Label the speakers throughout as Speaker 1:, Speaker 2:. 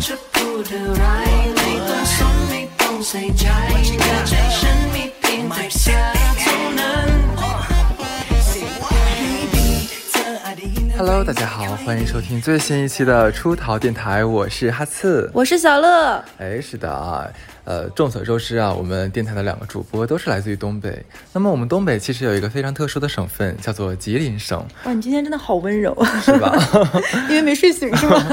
Speaker 1: เท่าไรไม่ต้องสนไม่ต้องใส่ใจแค่ใจฉันมีเพียงแต่เธอเท่านั้น
Speaker 2: Hello，大家好，欢迎收听最新一期的出逃电台，我是哈刺。
Speaker 3: 我是小乐，
Speaker 2: 哎，是的啊，呃，众所周知啊，我们电台的两个主播都是来自于东北。那么我们东北其实有一个非常特殊的省份，叫做吉林省，
Speaker 3: 哇，你今天真的好温 柔，
Speaker 2: 是吧？
Speaker 3: 因为没睡醒是 吗？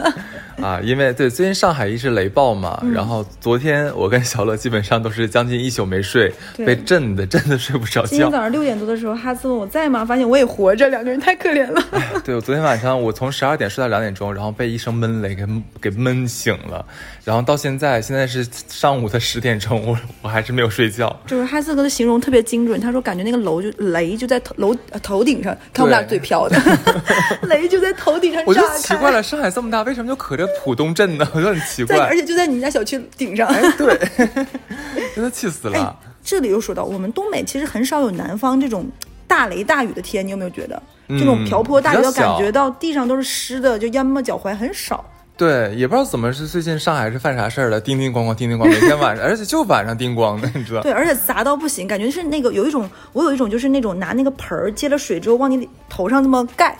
Speaker 2: 啊，因为对，最近上海一直雷暴嘛，然后昨天我跟小乐基本上都是将近一宿没睡，
Speaker 3: 对
Speaker 2: 被震的真的睡不着
Speaker 3: 今天
Speaker 2: 觉
Speaker 3: 早。上六点多的时候，哈斯问我在吗？发现我也活着，两个人太可 怜了。
Speaker 2: 对，我昨天晚上我从十二点睡到两点钟，然后被一声闷雷给给闷醒了，然后到现在现在是上午的十点钟，我我还是没有睡觉。
Speaker 3: 就是哈斯哥的形容特别精准，他说感觉那个楼就雷就在头楼呃头顶上，看我们俩
Speaker 2: 对
Speaker 3: 嘴 瓢的，雷就在头顶上
Speaker 2: 我就
Speaker 3: 炸开
Speaker 2: 奇怪了，上海这么大，为什么就可着浦东镇呢？我 就很奇
Speaker 3: 在
Speaker 2: 怪哎
Speaker 3: 而。且就在你们家小区 顶上。
Speaker 2: 对，真的气死了。
Speaker 3: 这里又说到，我们东北其实很少有南方这种大雷大雨的天，你有没有觉得？这种瓢泼大雨
Speaker 2: 比较
Speaker 3: 要感
Speaker 2: 小
Speaker 3: 觉到地上都是湿的，就淹没脚踝，很少。
Speaker 2: 对，也不知道怎么是最近上海是犯啥事儿了，叮叮咣咣，叮叮咣，每天晚上，而且就晚上叮咣的，你知道？
Speaker 3: 对，而且砸到不行，感觉是那个有一种，我有一种就是那种拿那个盆儿接了水之后往你里头上这么盖，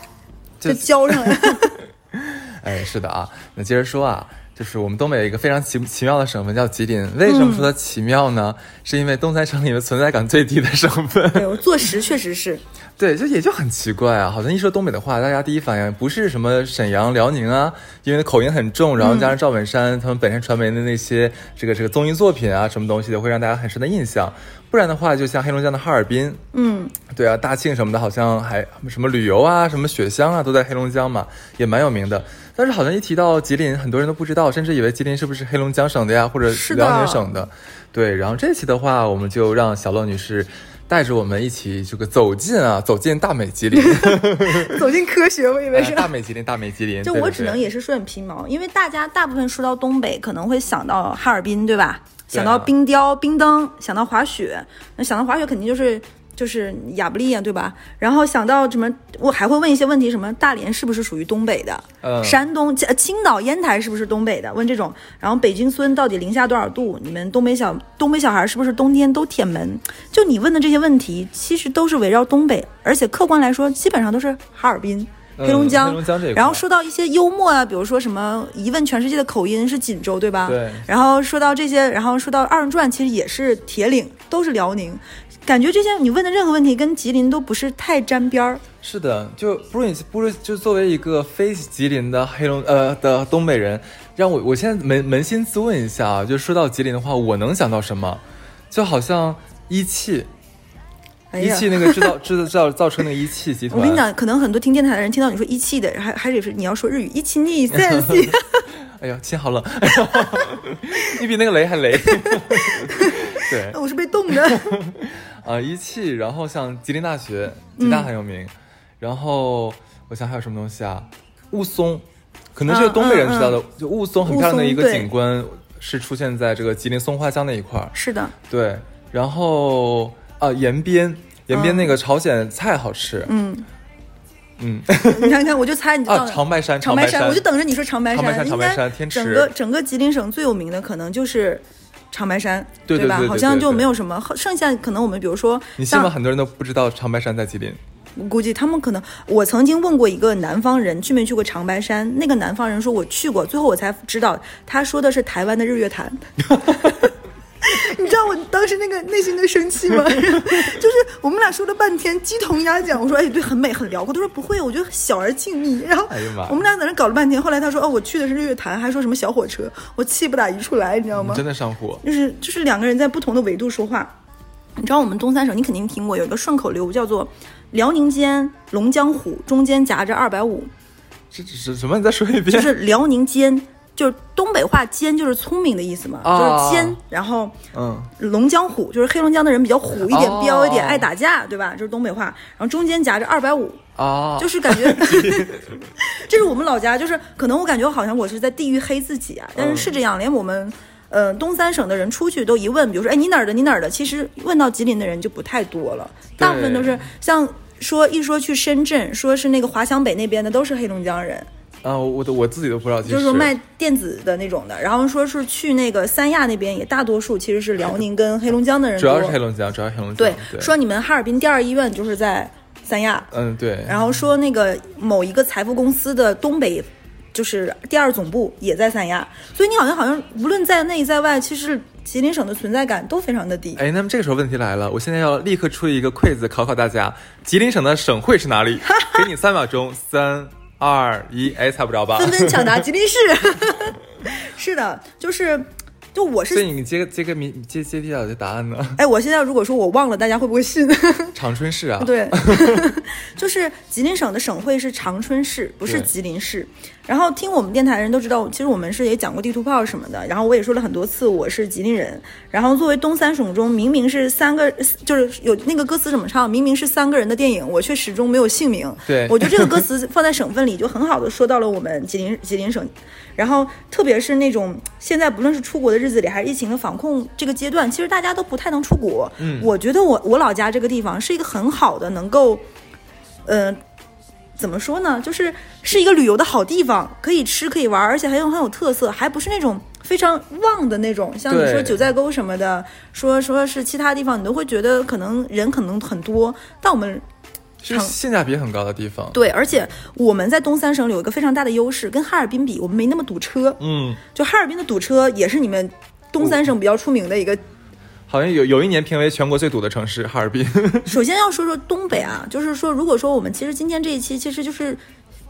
Speaker 2: 就
Speaker 3: 就浇上来。
Speaker 2: 哎，是的啊。那接着说啊，就是我们东北有一个非常奇奇妙的省份叫吉林，为什么说它奇妙呢？是因为东三省里面存在感最低的省份。
Speaker 3: 对，我坐实确实是，
Speaker 2: 对，就也就很奇怪啊，好像一说东北的话，大家第一反应不是什么沈阳、辽宁啊，因为口音很重，然后加上赵本山、他们本山传媒的那些这个这个综艺作品啊，什么东西的，会让大家很深的印象。不然的话，就像黑龙江的哈尔滨，
Speaker 3: 嗯，
Speaker 2: 对啊，大庆什么的，好像还什么旅游啊、什么雪乡啊，都在黑龙江嘛，也蛮有名的。但是好像一提到吉林，很多人都不知道，甚至以为吉林是不是黑龙江省的呀，或者
Speaker 3: 是的
Speaker 2: 辽宁省的。对，然后这期的话，我们就让小乐女士带着我们一起这个走进啊，走进大美吉林，
Speaker 3: 走进科学，我以为
Speaker 2: 哎
Speaker 3: 是。
Speaker 2: 大美吉林，大美吉林。
Speaker 3: 就
Speaker 2: 对
Speaker 3: 我
Speaker 2: 对
Speaker 3: 只
Speaker 2: 对
Speaker 3: 能也是顺皮毛，因为大家大部分说到东北，可能会想到哈尔滨，对吧？
Speaker 2: 对啊
Speaker 3: 想到冰雕、冰灯，想到滑雪，那想到滑雪肯定就是就是亚布力啊呀，对吧？然后想到什么，我还会问一些问题，什么大连是不是属于东北的？
Speaker 2: 嗯
Speaker 3: 山东、呃青岛、烟台是不是东北的？问这种，然后北京村到底零下多少度？你们东北小东北小孩是不是冬天都铁门？就你问的这些问题，其实都是围绕东北，而且客观来说，基本上都是哈尔滨。
Speaker 2: 嗯
Speaker 3: 黑龙江，
Speaker 2: 黑龙江这一块
Speaker 3: 然后说到一些幽默啊，比如说什么一问全世界的口音是锦州，对吧？
Speaker 2: 对
Speaker 3: 然后说到这些，然后说到二人转，其实也是铁岭，都是辽宁。感觉这些你问的任何问题跟吉林都不是太沾边儿，
Speaker 2: 是的，就不是你不是就作为一个非吉林的黑龙呃的东北人，让我我现在扪扪心自问一下啊，就说到吉林的话，我能想到什么？就好像一汽，
Speaker 3: 哎
Speaker 2: 一
Speaker 3: 呀
Speaker 2: 汽那个制造制造造车那个一汽集团，
Speaker 3: 我跟你讲，可能很多听电台的人听到你说一汽的，还还得是你要说日语一汽你三系，
Speaker 2: 哎呀，心好冷， 哎呦你比那个雷还雷。 对啊、
Speaker 3: 我是被冻的。
Speaker 2: 呃一汽，然后像吉林大学，吉
Speaker 3: 嗯
Speaker 2: 大很有名，然后我想还有什么东西啊？雾凇，可能是
Speaker 3: 嗯
Speaker 2: 东北人
Speaker 3: 嗯
Speaker 2: 知道的，就雾凇很漂亮的一
Speaker 3: 雾
Speaker 2: 个
Speaker 3: 凇对
Speaker 2: 景观，是出现在这个吉林松花江那一块儿。
Speaker 3: 是的，
Speaker 2: 对，然后啊，延边，延边那个朝鲜菜好吃，
Speaker 3: 嗯
Speaker 2: 嗯，
Speaker 3: 你看看，我就猜你知道
Speaker 2: 啊，
Speaker 3: 了。
Speaker 2: 长白山，
Speaker 3: 长
Speaker 2: 白
Speaker 3: 山，我就等着你说长白
Speaker 2: 长白山
Speaker 3: 应
Speaker 2: 长白
Speaker 3: 该
Speaker 2: 山天池
Speaker 3: 整个整个吉林省最有名的可能就是长白山，
Speaker 2: 对对
Speaker 3: 吧
Speaker 2: 对对？
Speaker 3: 好像
Speaker 2: 对
Speaker 3: 就
Speaker 2: 对
Speaker 3: 没有什么，剩下可能我们比如说
Speaker 2: 你信
Speaker 3: 像
Speaker 2: 吗？很多人都不知道长白山在吉林。
Speaker 3: 我估计他们可能，我曾经问过一个南方人去没去过长白山，那个南方人说我去过，最后我才知道他说的是台湾的日月潭。你知道我当时那个内心的生气吗？ 就是我们俩说了半天鸡同鸭讲，我说哎对，很美很辽阔，他说不会，我觉得小而静谧。然后
Speaker 2: 哎呀妈呀
Speaker 3: 我们俩在那搞了半天，后来他说哦我去的是日月潭，还说什么小火车，我气不打一处来，你知道吗
Speaker 2: 你？真的上火，
Speaker 3: 就是就是两个人在不同的维度说话。你知道我们东三省，你肯定听过有一个顺口溜，叫做“辽宁间龙江虎，中间夹着二百五
Speaker 2: 这这这什么？你再说一”，遍。
Speaker 3: 就是辽宁间，就是东北话“间”就是聪明的意思嘛，
Speaker 2: 啊
Speaker 3: 就是尖，然后
Speaker 2: 嗯，
Speaker 3: 龙江虎就是黑龙江的人比较虎一点
Speaker 2: 哦，
Speaker 3: 彪一点，爱打架，对吧？这是东北话，然后中间夹着二百五，
Speaker 2: 啊，
Speaker 3: 就是 感觉，这是我们老家，就是可能我感觉好像我是在地域黑自己啊，但
Speaker 2: 嗯
Speaker 3: 是是这样，连我们。呃，东三省的人出去都一问，比如说，哎，你哪儿的？你哪儿的？其实问到吉林的人就不太多了，大部分都是像说一说去深圳，说是那个华强北那边的都是黑龙江人，
Speaker 2: 啊，我都我自己都不知道，其实
Speaker 3: 就是说卖电子的那种的，然后说是去那个三亚那边，也大多数其实是辽宁跟黑龙江的人
Speaker 2: 主
Speaker 3: 多。
Speaker 2: 要是黑龙江，主要是黑龙江，
Speaker 3: 对
Speaker 2: 对，，
Speaker 3: 说你们哈尔滨第二医院就是在三亚，
Speaker 2: 嗯对，
Speaker 3: 然后说那个某一个财富公司的东北，就是第二总部也在三亚，所以你好像好像无论在内在外，其实吉林省的存在感都非常的低。
Speaker 2: 哎，那么这个时候问题来了，我现在要立刻出一个 quiz 考考大家，吉林省的省会是 哪里？给你三秒钟，三二一，哎，猜不着吧？
Speaker 3: 纷纷抢答吉林市， 是的，就是，就我
Speaker 2: 所以
Speaker 3: 是，
Speaker 2: 你接个接个谜接接地了的答案呢？
Speaker 3: 哎，我现在如果说我忘了，大家会不会信？
Speaker 2: 长春市啊，，
Speaker 3: 嗯 对，就是吉林省的省会是长春市，不是
Speaker 2: 对
Speaker 3: 吉林市。然后听我们电台的人都知道，其实我们是也讲过地图炮什么的。然后我也说了很多次我是吉林人。然后作为东三省中明明是三个，就是有那个歌词怎么唱，明明是三个人的电影，我却始终没有姓名。
Speaker 2: 对
Speaker 3: 我觉得这个歌词放在省份里就很好的说到了我们吉林吉林省。然后特别是那种现在不论是出国的日子里，还是疫情的防控这个阶段，其实大家都不太能出国。嗯，我觉得我我老家这个地方是一个很好的能够，呃。怎么说呢？就是是一个旅游的好地方，可以吃可以玩，而且很有很有特色，还不是那种非常旺的那种。像你说
Speaker 2: 对
Speaker 3: 九寨沟什么的，说说是其他地方，你都会觉得可能人可能很多，但我们
Speaker 2: 是性价比很高的地方。
Speaker 3: 对，而且我们在东三省有一个非常大的优势，跟哈尔滨比，我们没那么堵车。
Speaker 2: 嗯，
Speaker 3: 就哈尔滨的堵车也是你们东三省比较出名的一个。
Speaker 2: 好像有有一年评为全国最堵的城市，哈尔滨。
Speaker 3: 首先要说说东北啊，就是说，如果说我们其实今天这一期其实就是。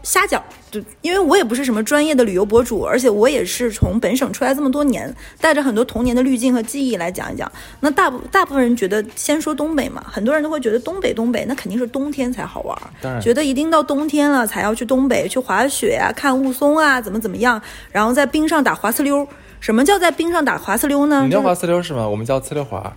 Speaker 3: 瞎讲，就因为我也不是什么专业的旅游博主，而且我也是从本省出来这么多年，带着很多童年的滤镜和记忆来讲一讲。那大部大部分人觉得，先说东北嘛，很多人都会觉得东北东北那肯定是冬天才好玩儿，
Speaker 2: 当然
Speaker 3: 觉得一定到冬天了才要去东北去滑雪啊、看雾凇啊，怎么怎么样，然后在冰上打滑呲溜儿。什么叫在冰上打滑呲溜呢？
Speaker 2: 你
Speaker 3: 就
Speaker 2: 叫
Speaker 3: 是
Speaker 2: 滑呲溜是吗？我们叫呲溜滑。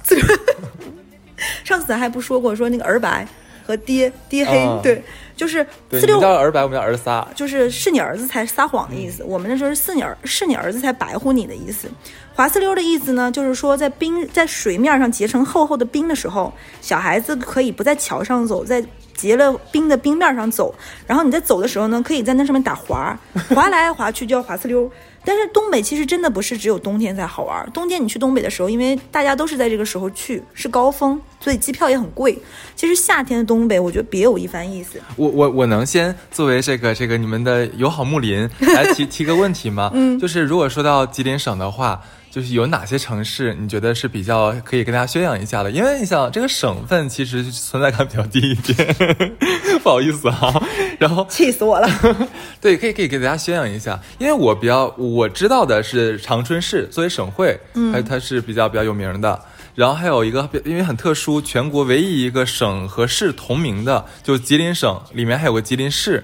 Speaker 3: 上次咱还不说过，说那个儿白和爹爹黑，
Speaker 2: 啊
Speaker 3: 对，就是
Speaker 2: 对，
Speaker 3: 四
Speaker 2: 你们
Speaker 3: 六，
Speaker 2: 叫儿白，我们叫儿仨。
Speaker 3: 就是是你儿子才撒谎的意思。我们那时候是是你儿是你儿子才白乎你的意思。滑四溜的意思呢，就是说在冰在水面上结成厚厚的冰的时候，小孩子可以不在桥上走，在结了冰的冰面上走。然后你在走的时候呢，可以在那上面打滑，滑来滑去就叫滑四溜。但是东北其实真的不是只有冬天才好玩儿。冬天你去东北的时候，因为大家都是在这个时候去，是高峰，所以机票也很贵。其实夏天的东北，我觉得别有一番意思。
Speaker 2: 我我我能先作为这个这个你们的友好睦邻来提提个问题吗？嗯，就是如果说到吉林省的话，就是有哪些城市你觉得是比较可以跟大家宣扬一下的？因为你想这个省份其实存在感比较低一点， 不好意思啊。 然后
Speaker 3: 气死我了！
Speaker 2: 对，可以可以给大家宣扬一下，因为我比较我知道的是长春市作为省会，
Speaker 3: 嗯
Speaker 2: 它它是比较比较有名的。然后还有一个，因为很特殊，全国唯一一个省和市同名的，就是吉林省里面还有个吉林市，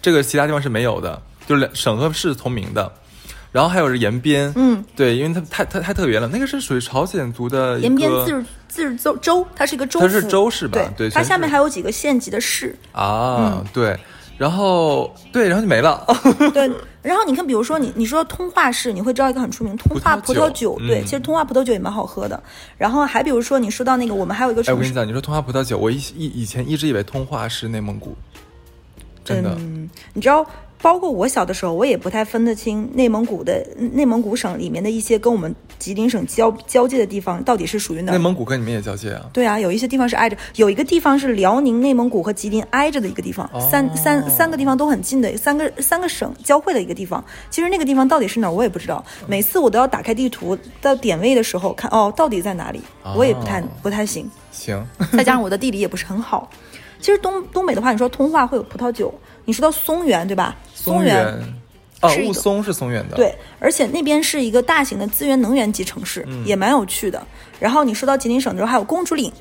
Speaker 2: 这个其他地方是没有的，就是两省和市同名的。然后还有是延边，嗯，对，因为它太太太特别了，那个是属于朝鲜族的一个
Speaker 3: 延边自治自治州州，它是一个州府，
Speaker 2: 它是州是吧对
Speaker 3: 对，它
Speaker 2: 全
Speaker 3: 下面
Speaker 2: 是
Speaker 3: 还有几个县级的市。
Speaker 2: 啊，
Speaker 3: 嗯
Speaker 2: 对，然后对，然后就没了。
Speaker 3: 对，然后你看，比如说你你说通化市，你会知道一个很出名通化
Speaker 2: 葡
Speaker 3: 葡
Speaker 2: 萄
Speaker 3: 萄
Speaker 2: 酒
Speaker 3: 酒，对，
Speaker 2: 嗯
Speaker 3: 其实通化葡萄酒也蛮好喝的。然后还比如说你说到那个，我们还有一个
Speaker 2: 哎，我
Speaker 3: 城
Speaker 2: 跟
Speaker 3: 市
Speaker 2: 你，讲，你说通化葡萄酒，我以以以前一直以为通化是内蒙古，真的。
Speaker 3: 你知道，包括我小的时候，我也不太分得清内蒙古的内蒙古省里面的一些跟我们吉林省交交界的地方到底是属于哪
Speaker 2: 内
Speaker 3: 儿。
Speaker 2: 蒙古跟你们也交界啊？
Speaker 3: 对啊，有一些地方是挨着，有一个地方是辽宁、内蒙古和吉林挨着的一个地方，
Speaker 2: 哦
Speaker 3: 三三三个地方都很近的，三个三个省交汇的一个地方。其实那个地方到底是哪儿，我也不知道。
Speaker 2: 嗯
Speaker 3: 每次我都要打开地图到点位的时候看，哦，到底在哪里，我也不太
Speaker 2: 哦
Speaker 3: 不太 行。
Speaker 2: 行，
Speaker 3: 再加上我的地理也不是很好。其实东东北的话，你说通化会有葡萄酒，你说到松原对吧？松
Speaker 2: 原啊，
Speaker 3: 是一个
Speaker 2: 雾凇是松原的，，
Speaker 3: 对，而且那边是一个大型的资源能源级城市，
Speaker 2: 嗯
Speaker 3: 也蛮有趣的。然后你说到吉林省的时候，还有公主岭。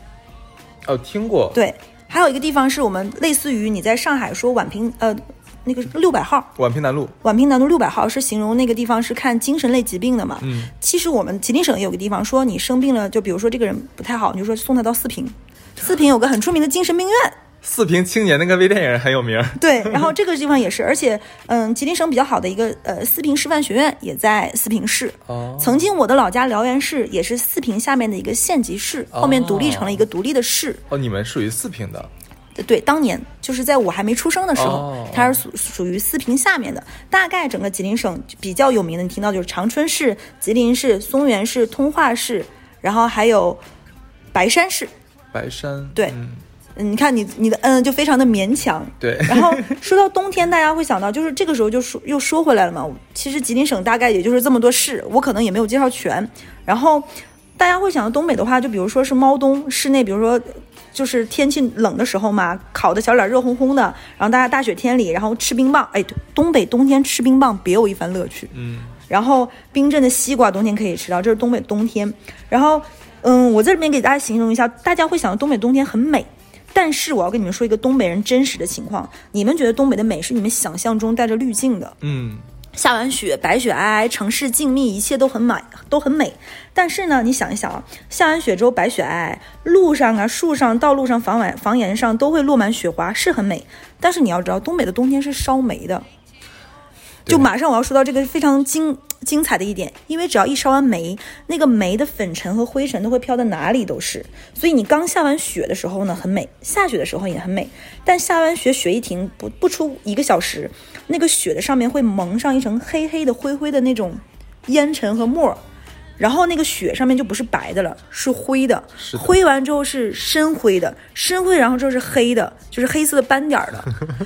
Speaker 2: 哦，听过，，
Speaker 3: 对，还有一个地方是我们类似于你在上海说宛平呃那个六百号。
Speaker 2: 宛平南路
Speaker 3: 宛平南路六百号是形容那个地方是看精神类疾病的嘛？
Speaker 2: 嗯，
Speaker 3: 其实我们吉林省也有个地方，说你生病了，就比如说这个人不太好，你就说送他到四平，四平有个很出名的精神病院，
Speaker 2: 四平青年那个微电影很有名儿，
Speaker 3: 对，然后这个地方也是，而且，嗯，吉林省比较好的一个呃四平师范学院也在四平市。
Speaker 2: 哦
Speaker 3: 曾经我的老家辽源市也是四平下面的一个县级市，后面独立成了一个独立的市。
Speaker 2: 哦，你们属于四平的，
Speaker 3: 对，当年就是在我还没出生的时候
Speaker 2: 哦，
Speaker 3: 它是属属于四平下面的。大概整个吉林省比较有名的，你听到就是长春市、吉林市、松原市、通化市，然后还有白山市。
Speaker 2: 白山
Speaker 3: 对
Speaker 2: 嗯
Speaker 3: 嗯，你看你你的嗯就非常的勉强。
Speaker 2: 对，
Speaker 3: 然后说到冬天，大家会想到就是这个时候就说又说回来了嘛。其实吉林省大概也就是这么多市，我可能也没有介绍全。然后大家会想到东北的话，就比如说是猫冬，室内比如说就是天气冷的时候嘛，烤的小脸热烘烘的，然后大家大雪天里，然后吃冰棒。哎，对东北冬天吃冰棒别有一番乐趣。
Speaker 2: 嗯，
Speaker 3: 然后冰镇的西瓜冬天可以吃到，这是东北冬天。然后，嗯，我在这边给大家形容一下，大家会想到东北冬天很美，但是我要跟你们说一个东北人真实的情况，你们觉得东北的美是你们想象中带着滤镜的，
Speaker 2: 嗯，
Speaker 3: 下完雪，白雪皑皑，城市静谧，一切都很美，都很美。但是呢，你想一想啊，下完雪之后，白雪皑皑，路上啊、树上、道路上、房晚房檐上都会落满雪花，是很美。但是你要知道，东北的冬天是烧煤的。
Speaker 2: 对
Speaker 3: 就马上我要说到这个非常精精彩的一点，因为只要一烧完煤，那个煤的粉尘和灰尘都会飘到哪里都是。所以你刚下完雪的时候呢，很美；下雪的时候也很美。但下完雪，雪一停，不不出一个小时，那个雪的上面会蒙上一层黑黑的、灰灰的那种烟尘和沫儿，然后那个雪上面就不是白的了，是灰的。
Speaker 2: 是的
Speaker 3: 灰完之后是深灰的，深灰然后就是黑的，就是黑色的斑点 儿的。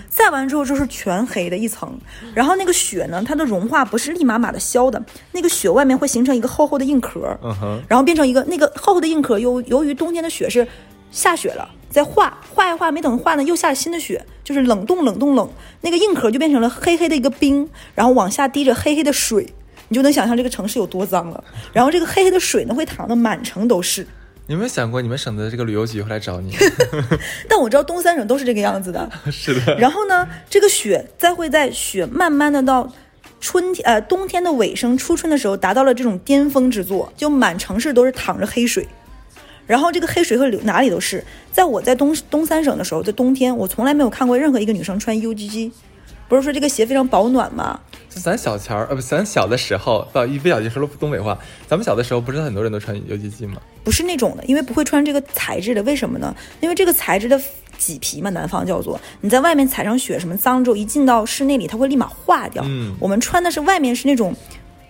Speaker 3: 再完之后就是全黑的一层，然后那个雪呢，它的融化不是立马马的消的，那个雪外面会形成一个厚厚的硬壳儿，
Speaker 2: 嗯哼
Speaker 3: 然后变成一个那个厚厚的硬壳，由由于冬天的雪是下雪了，再化化一化，没等化呢，又下了新的雪，就是冷冻冷冻冷，那个硬壳就变成了黑黑的一个冰，然后往下滴着黑黑的水，你就能想象这个城市有多脏了。然后这个黑黑的水呢，会淌的满城都是。
Speaker 2: 你有没有想过你们省的这个旅游局会来找 你？
Speaker 3: 但我知道东三省都是这个样子的。
Speaker 2: 是的，
Speaker 3: 然后呢，这个雪再会在雪慢慢的到春天呃冬天的尾声、初春的时候，达到了这种巅峰之作，就满城市都是淌着黑水。然后这个黑水会流哪里都是。在我在东东三省的时候，在冬天，我从来没有看过任何一个女生穿 UGG。不是说这个鞋非常保暖吗？
Speaker 2: 就咱小前儿，呃，不，咱小的时候，不，一不小心说了东北话，咱们小的时候不是很多人都穿 UGG 吗？
Speaker 3: 不是那种的，因为不会穿这个材质的。为什么呢？因为这个材质的麂皮嘛，南方叫做你在外面踩上雪什么脏之后，一进到室内里，它会立马化掉。
Speaker 2: 嗯
Speaker 3: 我们穿的是外面是那种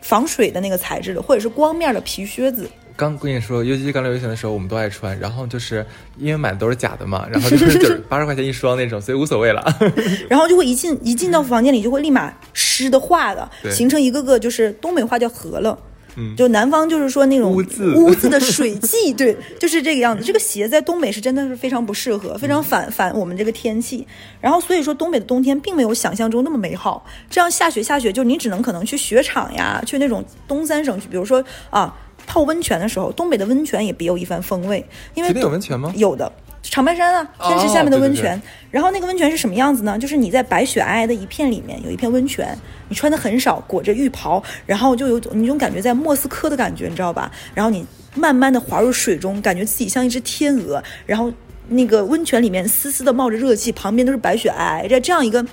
Speaker 3: 防水的那个材质的，或者是光面的皮靴子。
Speaker 2: 刚跟你说，UGG 刚流行的时候，我们都爱穿，然后就是因为买的都是假的嘛，然后就是 九八十块钱一双那种，所以无所谓了。
Speaker 3: 然后就会一进一进到房间里就会立马湿的化的，
Speaker 2: 嗯对
Speaker 3: 形成一个个就是东北话叫饸了。
Speaker 2: 嗯
Speaker 3: 就南方就是说那种
Speaker 2: 污渍
Speaker 3: 污渍的水 迹，对，就是这个样子。这个鞋在东北是真的是非常不适合，非常反反我们这个天气。然后所以说东北的冬天并没有想象中那么美好。这样下雪下雪，就你只能可能去雪场呀，去那种东三省去，比如说啊泡温泉的时候，东北的温泉也别有一番风味。因为
Speaker 2: 吉林有
Speaker 3: 东
Speaker 2: 温泉吗
Speaker 3: 有的，长白山啊，天池
Speaker 2: 哦
Speaker 3: 下面的
Speaker 2: 对对
Speaker 3: 温
Speaker 2: 对
Speaker 3: 泉。然后那个温泉是什么样子呢？就是你在白雪皑皑的一片里面有一片温泉，你穿的很少，裹着浴袍，然后就有种你这种感觉在莫斯科的感觉，你知道吧？然后你慢慢的滑入水中，感觉自己像一只天鹅，然后那个温泉里面丝丝的冒着热气，旁边都是白雪皑皑，这这样一个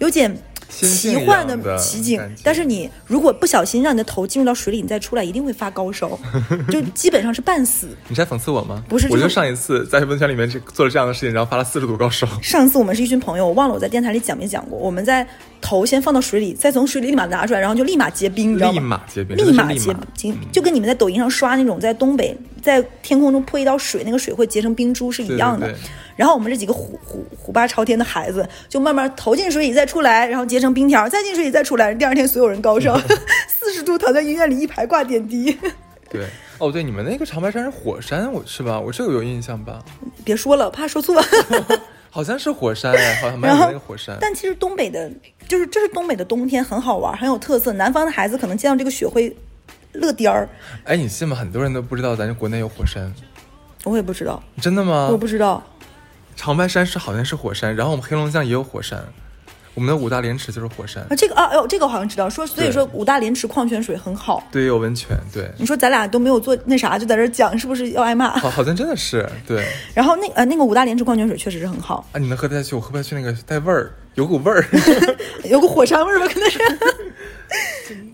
Speaker 3: 有点。
Speaker 2: 仙境
Speaker 3: 奇
Speaker 2: 一
Speaker 3: 幻
Speaker 2: 样
Speaker 3: 的
Speaker 2: 的
Speaker 3: 奇景
Speaker 2: 感觉，
Speaker 3: 但是你如果不小心让你的头进入到水里，你再出来一定会发高烧，就基本上是半死。
Speaker 2: 你是在讽刺我吗？
Speaker 3: 不是
Speaker 2: 我
Speaker 3: 就
Speaker 2: 就是上一次在温泉里面这做了这样的事情，然后发了四十度高烧。
Speaker 3: 上次我们是一群朋友，我忘了我在电台里讲没讲过。我们在头先放到水里，再从水里立马拿出来，然后就立马结冰，你知道吗？
Speaker 2: 立马结冰
Speaker 3: 立
Speaker 2: 真
Speaker 3: 马
Speaker 2: 的是
Speaker 3: 结
Speaker 2: 立马
Speaker 3: 冰，就跟你们在抖音上刷那种在东北在天空中泼一道水，那个水会结成冰珠是一样的。
Speaker 2: 对对对
Speaker 3: 然后我们这几个虎虎虎爸朝天的孩子，就慢慢投进水里再出来，然后结成冰条，再进水里再出来。第二天所有人高 烧，四十度躺在医院里一排挂点滴。
Speaker 2: 对，哦，对，你们那个长白山是火山，我是吧？我这个有印象吧？
Speaker 3: 别说了，怕说 错。
Speaker 2: 好像是火山哎，好像蛮
Speaker 3: 然
Speaker 2: 有
Speaker 3: 后
Speaker 2: 那个火山。
Speaker 3: 但其实东北的，就是这是东北的冬天，很好玩，很有特色。南方的孩子可能见到这个雪会乐颠儿，
Speaker 2: 哎，你信吗？很多人都不知道咱国内有火山，
Speaker 3: 我也不知道，
Speaker 2: 真的吗？
Speaker 3: 我不知道。
Speaker 2: 长白山是好像是火山，然后我们黑龙江也有火山，我们的五大连池就是火山
Speaker 3: 啊，，这个啊，哎呦，这个我好像知道。说，所以
Speaker 2: 对
Speaker 3: 说五大连池矿泉水很好。
Speaker 2: 对，有温泉，对，
Speaker 3: 你说咱俩都没有做那啥，就在这儿讲，是不是要挨骂？
Speaker 2: 好，好像真的是对
Speaker 3: 然后那呃那个五大连池矿泉水确实是很好，
Speaker 2: 啊，你能喝得下去？我喝不下去那个带味儿，有股味 儿，
Speaker 3: 有个火山味儿吧，可能是。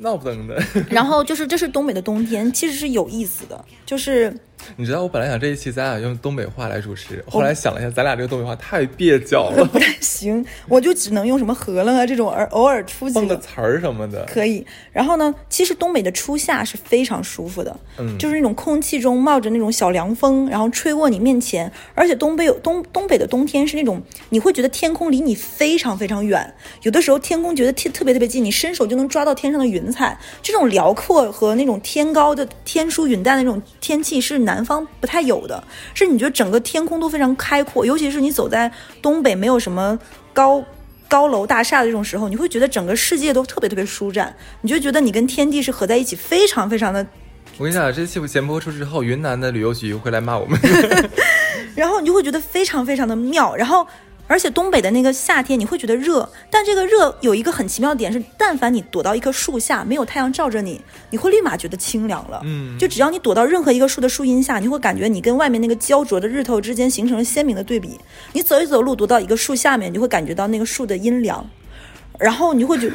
Speaker 2: 闹不登的。
Speaker 3: 然后就是这是东北的冬天，其实是有意思的，就是
Speaker 2: 你知道我本来想这一期咱俩用东北话来主持，后来想了一下，咱俩这个东北话太蹩脚 了，
Speaker 3: 不太行，我就只能用什么河了啊这种，而偶尔出几
Speaker 2: 蹦个
Speaker 3: 个。
Speaker 2: 词儿什么的。
Speaker 3: 可以，然后呢？其实东北的初夏是非常舒服的，
Speaker 2: 嗯
Speaker 3: 就是那种空气中冒着那种小凉风，然后吹过你面前，而且东北有东东北的冬天是那种你会觉得天空离你非常非常远，有的时候天空觉得天特别特别近，你伸手就能抓到天上的云彩，这种辽阔和那种天高的天舒云淡的那种天气是南方不太有的，是你觉得整个天空都非常开阔，尤其是你走在东北没有什么高。高楼大厦的这种时候，你会觉得整个世界都特别特别舒展，你就觉得你跟天地是合在一起，非常非常的。
Speaker 2: 我跟你讲，这期节目播出之后，云南的旅游局会来骂我 们。
Speaker 3: 然后你就会觉得非常非常的妙。然后，而且东北的那个夏天，你会觉得热，但这个热有一个很奇妙的点是，但凡你躲到一棵树下，没有太阳照着你，你会立马觉得清凉了。
Speaker 2: 嗯
Speaker 3: 就只要你躲到任何一个树的树荫下，你会感觉你跟外面那个焦灼的日头之间形成了鲜明的对比。你走一走路，躲到一个树下面，你就会感觉到那个树的阴凉，然后你会觉得。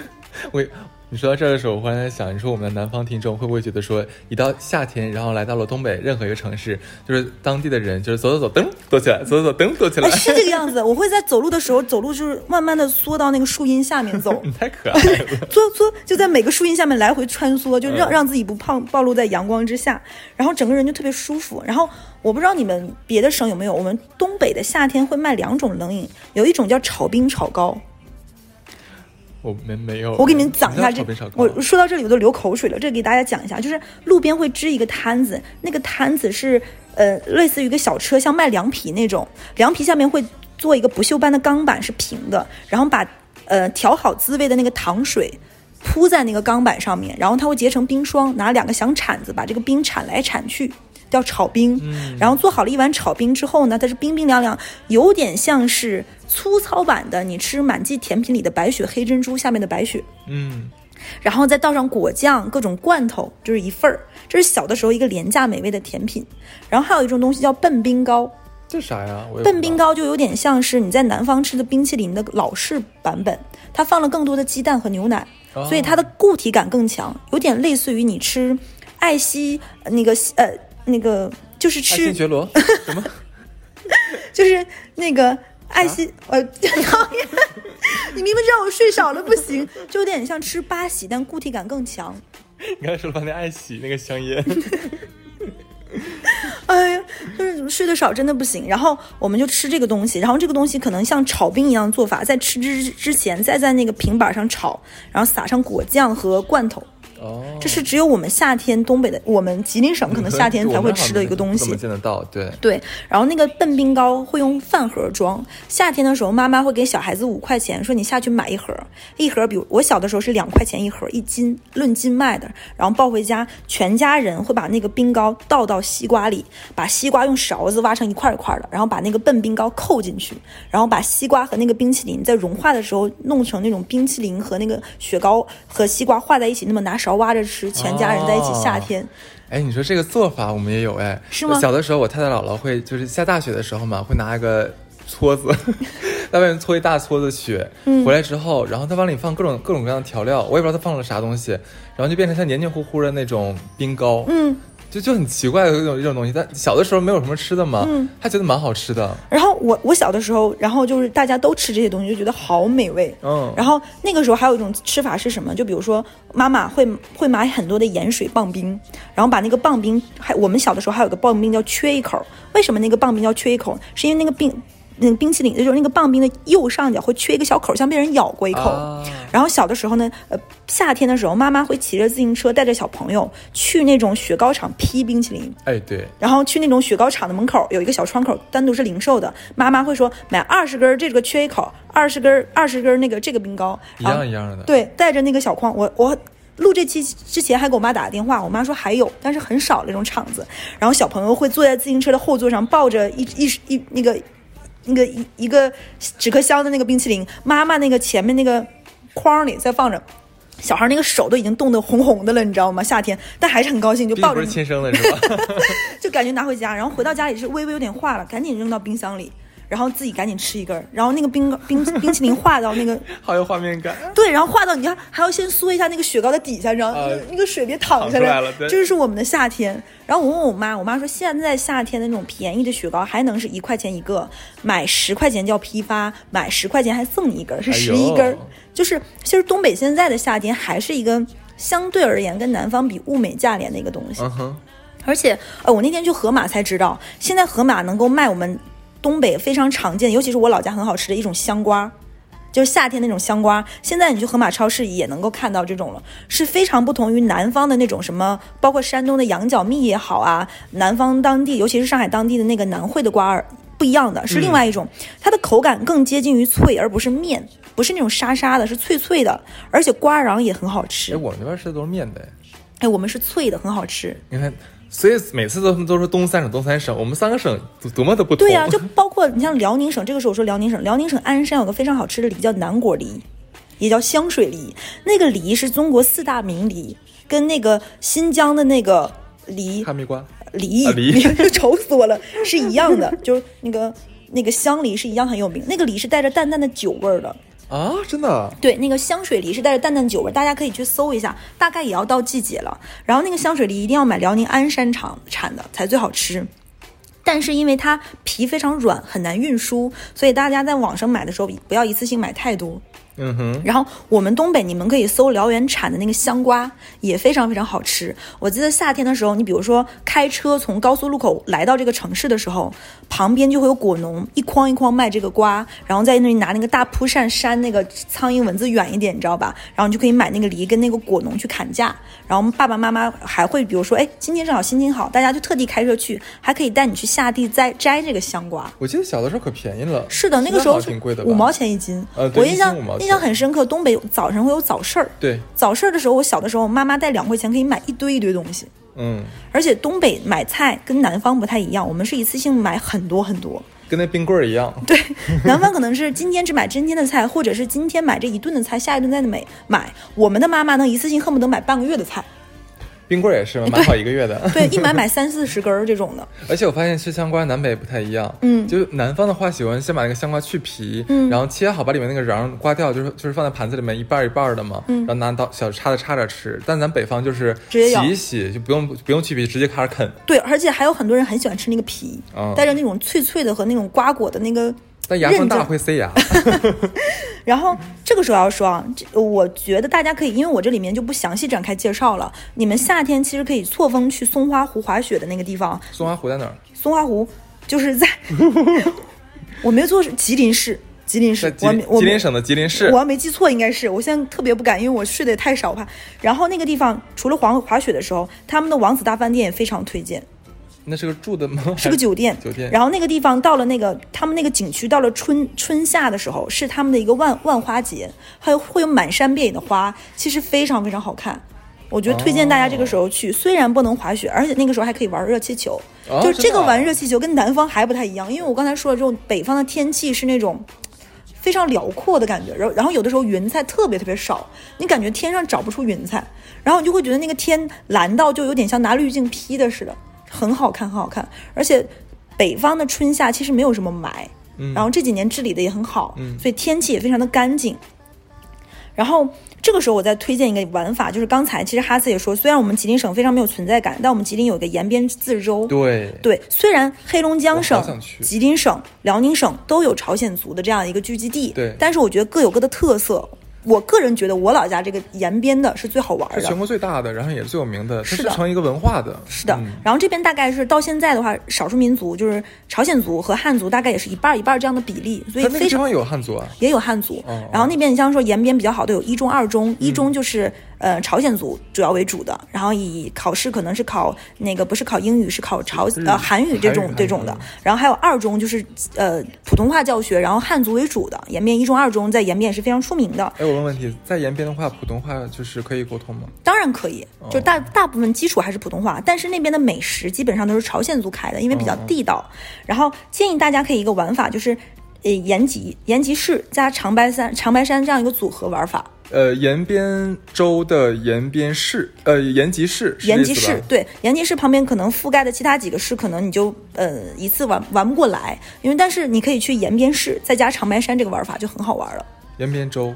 Speaker 2: 我，你说到这儿的时候，我忽然在想，你说我们的南方听众会不会觉得说，一到夏天，然后来到了东北任何一个城市，就是当地的人就是走走走，噔躲起来，走走走，噔躲起来，
Speaker 3: 哎，，是这个样子。我会在走路的时候，走路就是慢慢的缩到那个树荫下面走
Speaker 2: 你太可爱了。
Speaker 3: 缩缩就在每个树荫下面来回穿梭，
Speaker 2: 嗯
Speaker 3: 就让让自己不胖暴露在阳光之下，然后整个人就特别舒服。然后我不知道你们别的省有没有，我们东北的夏天会卖两种冷饮，有一种叫炒冰炒糕。
Speaker 2: 我们没有，
Speaker 3: 我给你们讲一下
Speaker 2: 你知
Speaker 3: 这
Speaker 2: 道炒冰炒，糕
Speaker 3: 我说到这里我都流口水了。这给大家讲一下，就是路边会支一个摊子，那个摊子是呃类似于一个小车，像卖凉皮那种，凉皮下面会做一个不锈钢的钢板，是平的，然后把呃调好滋味的那个糖水。铺在那个钢板上面，然后它会结成冰霜，拿两个小铲子把这个冰铲来铲去，叫炒冰。然后做好了一碗炒冰之后呢，它是冰冰凉凉，有点像是粗糙版的你吃满记甜品里的白雪黑珍珠下面的白雪。
Speaker 2: 嗯，
Speaker 3: 然后再倒上果酱、各种罐头，就是一份儿。这是小的时候一个廉价美味的甜品。然后还有一种东西叫笨冰糕，
Speaker 2: 这啥呀？我也不知道
Speaker 3: 笨冰糕就有点像是你在南方吃的冰淇淋的老式版本，它放了更多的鸡蛋和牛奶，
Speaker 2: 哦
Speaker 3: 所以它的固体感更强，有点类似于你吃爱西呃那个西呃那个就是
Speaker 2: 爱新
Speaker 3: 吃
Speaker 2: 觉 罗什么？
Speaker 3: 就是那个爱西、
Speaker 2: 啊
Speaker 3: 呃 讨厌，你明明知道我睡少了不行，就有点像吃八喜，但固体感更强。
Speaker 2: 你刚才说了半天爱喜那个香烟，
Speaker 3: 哎呀，就是睡得少真的不行。然后我们就吃这个东西，然后这个东西可能像炒冰一样做法，在吃之之前再在那个平板上炒，然后撒上果酱和罐头。
Speaker 2: 哦，
Speaker 3: 这是只有我们夏天东北的，我们吉林 省可能夏天才会吃的一个东
Speaker 2: 我们好像不怎么
Speaker 3: 西。
Speaker 2: 见得到？对，
Speaker 3: 对，然后那个笨冰糕会用饭盒装。夏天的时候，妈妈会给小孩子五块钱，说你下去买一盒，一盒，比如我小的时候是两块钱一盒，一斤，论斤卖的。然后抱回家，全家人会把那个冰糕倒到西瓜里，把西瓜用勺子挖成一块一块的，然后把那个笨冰糕扣进去，然后把西瓜和那个冰淇淋在融化的时候弄成那种冰淇淋和那个雪糕和西瓜化在一起，那么拿勺挖着吃，全家人在一起夏
Speaker 2: 哦
Speaker 3: 天。
Speaker 2: 哎，你说这个做法我们也有哎，
Speaker 3: 是吗
Speaker 2: 小的时候，我太太姥姥会就是下大雪的时候嘛，会拿一个搓子， 在外面搓一大搓子雪，
Speaker 3: 嗯
Speaker 2: 回来之后，然后她往里放各种各种各样的调料，我也不知道她放了啥东西，然后就变成像黏黏糊糊的那种冰糕，
Speaker 3: 嗯，
Speaker 2: 就就很奇怪的一种一种东西。但小的时候没有什么吃的嘛，
Speaker 3: 嗯
Speaker 2: 她觉得蛮好吃的，
Speaker 3: 然后我我小的时候，然后就是大家都吃这些东西，就觉得好美味。
Speaker 2: 嗯
Speaker 3: 然后那个时候还有一种吃法是什么？就比如说妈妈会会买很多的盐水棒冰，然后把那个棒冰，还我们小的时候还有个棒冰叫缺一口。为什么那个棒冰叫缺一口？是因为那个冰。那个冰淇淋就是那个棒冰的右上角会缺一个小口，像被人咬过一口。
Speaker 2: 啊
Speaker 3: 然后小的时候呢，呃，夏天的时候，妈妈会骑着自行车带着小朋友去那种雪糕厂批冰淇淋。
Speaker 2: 哎对，
Speaker 3: 然后去那种雪糕厂的门口有一个小窗口，单独是零售的。妈妈会说买二十根儿这个缺一口，二十根儿二十根儿那个这个冰糕，
Speaker 2: 一样
Speaker 3: 然后
Speaker 2: 一样的
Speaker 3: 对，带着那个小筐，我我。录这期之前还给我妈打个电话，我妈说还有，但是很少那种厂子。然后小朋友会坐在自行车的后座上，抱着一一一那个那个一一个纸壳箱的那个冰淇淋，妈妈那个前面那个筐里再放着，小孩那个手都已经冻得红红的了，你知道吗？夏天，但还是很高兴，就
Speaker 2: 毕竟
Speaker 3: 抱
Speaker 2: 不
Speaker 3: 着
Speaker 2: 是
Speaker 3: 你
Speaker 2: 亲生的是吧？
Speaker 3: 就感觉拿回家，然后回到家里是微微有点化了，赶紧扔到冰箱里。然后自己赶紧吃一根儿，然后那个冰冰冰淇淋化到那个
Speaker 2: 好有画面感。
Speaker 3: 对，然后化到你看，还要先缩一下那个雪糕的底下，你知道、
Speaker 2: 啊
Speaker 3: 那个水别淌下
Speaker 2: 淌出来了对
Speaker 3: 这就是我们的夏天。然后我问我妈，我妈说现在夏天的那种便宜的雪糕还能是一块钱一个，买十块钱叫批发，买十块钱还送你一根儿，是
Speaker 2: 哎
Speaker 3: 十
Speaker 2: 呦
Speaker 3: 一根儿、就是其实东北现在的夏天还是一个相对而言跟南方比物美价廉的一个东西。
Speaker 2: 嗯哼，
Speaker 3: 而且，呃，我那天去盒马才知道，现在盒马能够卖我们东北非常常见，尤其是我老家很好吃的一种香瓜，就是夏天那种香瓜。现在你去盒马超市也能够看到这种了，是非常不同于南方的那种什么，包括山东的羊角蜜也好啊，南方当地，尤其是上海当地的那个南汇的瓜儿。不一样的是
Speaker 2: 嗯
Speaker 3: 另外一种，它的口感更接近于脆，而不是面，不是那种沙沙的，是脆脆的，而且瓜瓤也很好
Speaker 2: 哎，
Speaker 3: 吃。
Speaker 2: 我们那边吃的都是面的，哎
Speaker 3: 哎，我们是脆的，很好吃。
Speaker 2: 你看，所以每次都都说东三省东三省，我们三个省多多么的不同。
Speaker 3: 对呀、就包括你像辽宁省，这个时候我说辽宁省，辽宁省鞍山有个非常好吃的梨叫南果梨，也叫香水梨。那个梨是中国四大名梨，跟那个新疆的那个梨
Speaker 2: 哈密瓜，
Speaker 3: 梨
Speaker 2: 啊 梨
Speaker 3: 愁死我了，是一样的，就是那个那个香梨是一样很有名。那个梨是带着淡淡的酒味儿的，
Speaker 2: 啊，真的
Speaker 3: 对，那个香水梨是带着淡淡酒味儿，大家可以去搜一下，大概也要到季节了。然后那个香水梨一定要买辽宁鞍山厂产的才最好吃。但是因为它皮非常软，很难运输，所以大家在网上买的时候不要一次性买太多。
Speaker 2: 嗯哼，
Speaker 3: 然后我们东北，你们可以搜辽源产的那个香瓜，也非常非常好吃。我记得夏天的时候，你比如说开车从高速路口来到这个城市的时候，旁边就会有果农一筐一筐卖这个瓜，然后在那里拿那个大蒲扇扇那个苍蝇蚊子远一点，你知道吧？然后你就可以买那个梨跟那个果农去砍价。然后爸爸妈妈还会比如说，哎，今天正好心情好，大家就特地开车去，还可以带你去下地摘摘这个香瓜。
Speaker 2: 我记得小的时候可便宜了。
Speaker 3: 是的，那个时候
Speaker 2: 好
Speaker 3: 是
Speaker 2: 像挺贵的吧，
Speaker 3: 五毛钱一斤。
Speaker 2: 呃对
Speaker 3: 我
Speaker 2: 一
Speaker 3: 印
Speaker 2: 斤
Speaker 3: 象
Speaker 2: 五毛
Speaker 3: 印
Speaker 2: 钱
Speaker 3: 象很深刻，东北有早晨会有早市儿。
Speaker 2: 对，
Speaker 3: 早市儿的时候，我小的时候，妈妈带两块钱可以买一堆一堆东西。
Speaker 2: 嗯，
Speaker 3: 而且东北买菜跟南方不太一样，我们是一次性买很多很多。
Speaker 2: 跟那冰棍儿一样。
Speaker 3: 对，南方可能是今天只买今天的菜，或者是今天买这一顿的菜，下一顿再买买。我们的妈妈呢，一次性恨不得买半个月的菜，
Speaker 2: 冰棍儿也是买好一个月 的。
Speaker 3: 对，一买买三四十根儿这种的。
Speaker 2: 而且我发现吃香瓜南北不太一样，
Speaker 3: 嗯
Speaker 2: 就是南方的话喜欢先把那个香瓜去皮，
Speaker 3: 嗯
Speaker 2: 然后切好把里面那个瓤刮掉，就是就是放在盘子里面一半儿一半儿的嘛，然后拿刀小叉子叉着吃。但咱北方就是
Speaker 3: 嗯直接咬
Speaker 2: 洗一洗就不用不用去皮，直接开始啃。
Speaker 3: 对，而且还有很多人很喜欢吃那个皮
Speaker 2: 嗯，
Speaker 3: 带着那种脆脆的和那种瓜果的那个。
Speaker 2: 但牙缝
Speaker 3: 韧劲
Speaker 2: 大
Speaker 3: 儿
Speaker 2: 会塞牙，
Speaker 3: 然后这个时候要说啊，这我觉得大家可以，因为我这里面就不详细展开介绍了。你们夏天其实可以错峰去松花湖滑雪的那个地方，
Speaker 2: 松花湖在哪儿？
Speaker 3: 松花湖就是在， 我没做是吉林市，吉林
Speaker 2: 在
Speaker 3: 市，
Speaker 2: 吉
Speaker 3: 我还没我
Speaker 2: 吉林
Speaker 3: 没
Speaker 2: 省的吉林市
Speaker 3: 我。要没记错，应该是。我现在特别不敢，因为我睡得也太少，我怕。然后那个地方除了滑滑雪的时候，他们的王子大饭店也非常推荐。
Speaker 2: 那是个住的吗？
Speaker 3: 是个酒店，
Speaker 2: 酒店
Speaker 3: 然后那个地方到了那个他们那个景区，到了春春夏的时候，是他们的一个万万花节，还有会有满山遍野的花，其实非常非常好看。我觉得推荐大家这个时候去，虽然不能滑雪，而且那个时候还可以玩热气球。
Speaker 2: 哦
Speaker 3: 就是这
Speaker 2: 真的
Speaker 3: 个
Speaker 2: 啊
Speaker 3: 玩热气球跟南方还不太一样，因为我刚才说了，这种北方的天气是那种非常辽阔的感觉，然后然后有的时候云彩特别特别少，你感觉天上找不出云彩，然后你就会觉得那个天蓝到就有点像拿滤镜 P 的似的，很好看，很好看。而且北方的春夏其实没有什么霾，然后这几年治理的也很好，所以天气也非常的干净。然后这个时候我再推荐一个玩法，就是刚才其实哈斯也说，虽然我们吉林省非常没有存在感，但我们吉林有一个延边自治州，
Speaker 2: 对，
Speaker 3: 对，虽然黑龙江省
Speaker 2: 我好想、去
Speaker 3: 吉林省、辽宁省都有朝鲜族的这样一个聚集地，
Speaker 2: 对
Speaker 3: 但是我觉得各有各的特色。我个人觉得我老家这个延边的是最好玩
Speaker 2: 是全
Speaker 3: 的。
Speaker 2: 国最大的，然后也是最有名的，它
Speaker 3: 啊是
Speaker 2: 是
Speaker 3: 的
Speaker 2: 成一个文化的。
Speaker 3: 是的，然后这边大概是到现在的话，少数民族就是朝鲜族和汉族，大概也是一半儿一半儿这样的比例，所以
Speaker 2: 它那个
Speaker 3: 非
Speaker 2: 地
Speaker 3: 常
Speaker 2: 方有汉族啊，
Speaker 3: 也有汉族
Speaker 2: 哦嗯哦。
Speaker 3: 然后那边你像说延边比较好的有一中、二中，一中就是呃朝鲜族主要为主的，然后以考试可能是考那个不是考英语，是考朝呃韩语这
Speaker 2: 嗯
Speaker 3: 种
Speaker 2: 韩语
Speaker 3: 这种
Speaker 2: 韩
Speaker 3: 的
Speaker 2: 语。
Speaker 3: 然后还有二中就是呃普通话教学，然后汉族为主的。延边一中、二中在延边也是非常出名的，
Speaker 2: 哎，我问问题，在延边的话，普通话就是可以沟通吗？
Speaker 3: 当然可以，
Speaker 2: 哦
Speaker 3: 就大大部分基础还是普通话，但是那边的美食基本上都是朝鲜族开的，因为比较
Speaker 2: 哦
Speaker 3: 地道。然后建议大家可以一个玩法，就是呃延吉延吉市加长白山长白山这样一个组合玩法。
Speaker 2: 呃，延边州的延边市，呃，延吉市，是这
Speaker 3: 延
Speaker 2: 意
Speaker 3: 吉
Speaker 2: 思吧
Speaker 3: 市，对，延吉市旁边可能覆盖的其他几个市，可能你就呃一次玩玩不过来，因为但是你可以去延边市，再加长白山这个玩法就很好玩了。
Speaker 2: 延边州，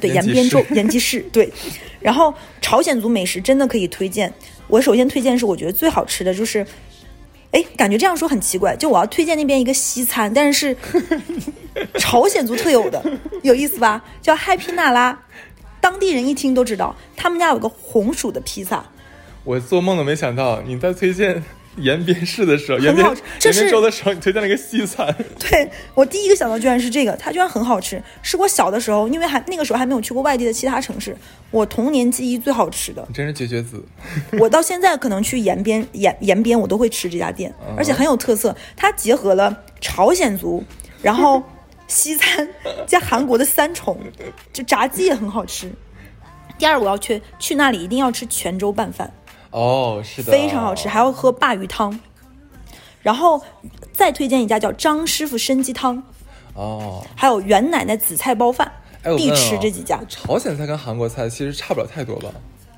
Speaker 3: 对，
Speaker 2: 延
Speaker 3: 延
Speaker 2: 吉
Speaker 3: 边
Speaker 2: 市
Speaker 3: 州、延吉市，对。然后朝鲜族美食真的可以推荐，我首先推荐是我觉得最好吃的就是，哎，感觉这样说很奇怪，就我要推荐那边一个西餐，但 是是朝鲜族特有的，有意思吧？叫 Happy 娜拉，当地人一听都知道，他们家有个红薯的披萨。
Speaker 2: 我做梦都没想到你在推荐 延边市的时候，延边
Speaker 3: 好吃这
Speaker 2: 延边
Speaker 3: 是
Speaker 2: 州的时候，你推荐了一个西餐，
Speaker 3: 对我第一个想到居然是这个，它居然很好吃，是我小的时候，因为还那个时候还没有去过外地的其他城市，我童年记忆最好吃的
Speaker 2: 你。真是绝绝子。
Speaker 3: 我到现在可能去延边延延边，我都会吃这家店，而且很有特色。它结合了朝鲜族，然后西餐加韩国的三重，就炸鸡也很好吃。第二，我要去去那里一定要吃泉州拌饭，
Speaker 2: 哦，是的，
Speaker 3: 非常好吃，还要喝鲅鱼汤。然后再推荐一家叫张师傅参鸡汤，
Speaker 2: 哦。
Speaker 3: 还有袁奶奶紫菜包饭
Speaker 2: 哎，我，
Speaker 3: 必
Speaker 2: 问
Speaker 3: 吃
Speaker 2: 啊
Speaker 3: 这几家。
Speaker 2: 朝鲜菜跟韩国菜其实差不了太多吧？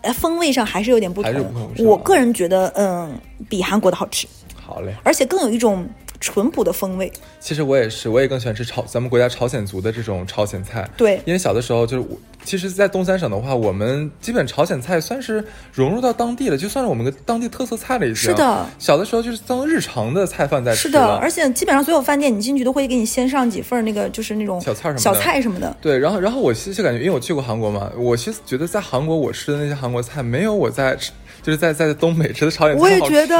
Speaker 3: 呃，风味上还是有点不
Speaker 2: 还
Speaker 3: 同。
Speaker 2: 是不同是吧
Speaker 3: 我个人觉得，嗯，比韩国的好吃，
Speaker 2: 好嘞，
Speaker 3: 而且更有一种淳朴的风味。
Speaker 2: 其实我也是，我也更喜欢吃朝咱们国家朝鲜族的这种朝鲜菜。
Speaker 3: 对
Speaker 2: 因为小的时候就是我，其实，在东三省的话，我们基本朝鲜菜算是融入到当地了，就算是我们个当地特色菜了已经。
Speaker 3: 是的
Speaker 2: 小的时候就是当日常的菜饭在吃
Speaker 3: 是的，
Speaker 2: 了
Speaker 3: 而且基本上所有饭店你进去都会给你先上几份儿那个，就是那种
Speaker 2: 小菜儿什么的
Speaker 3: 小菜什么的。
Speaker 2: 对，然后然后我其实感觉，因为我去过韩国嘛，我其实觉得在韩国我吃的那些韩国菜，没有我在吃，就是在在东北吃的朝鲜菜
Speaker 3: 我也
Speaker 2: 好吃
Speaker 3: 觉得，，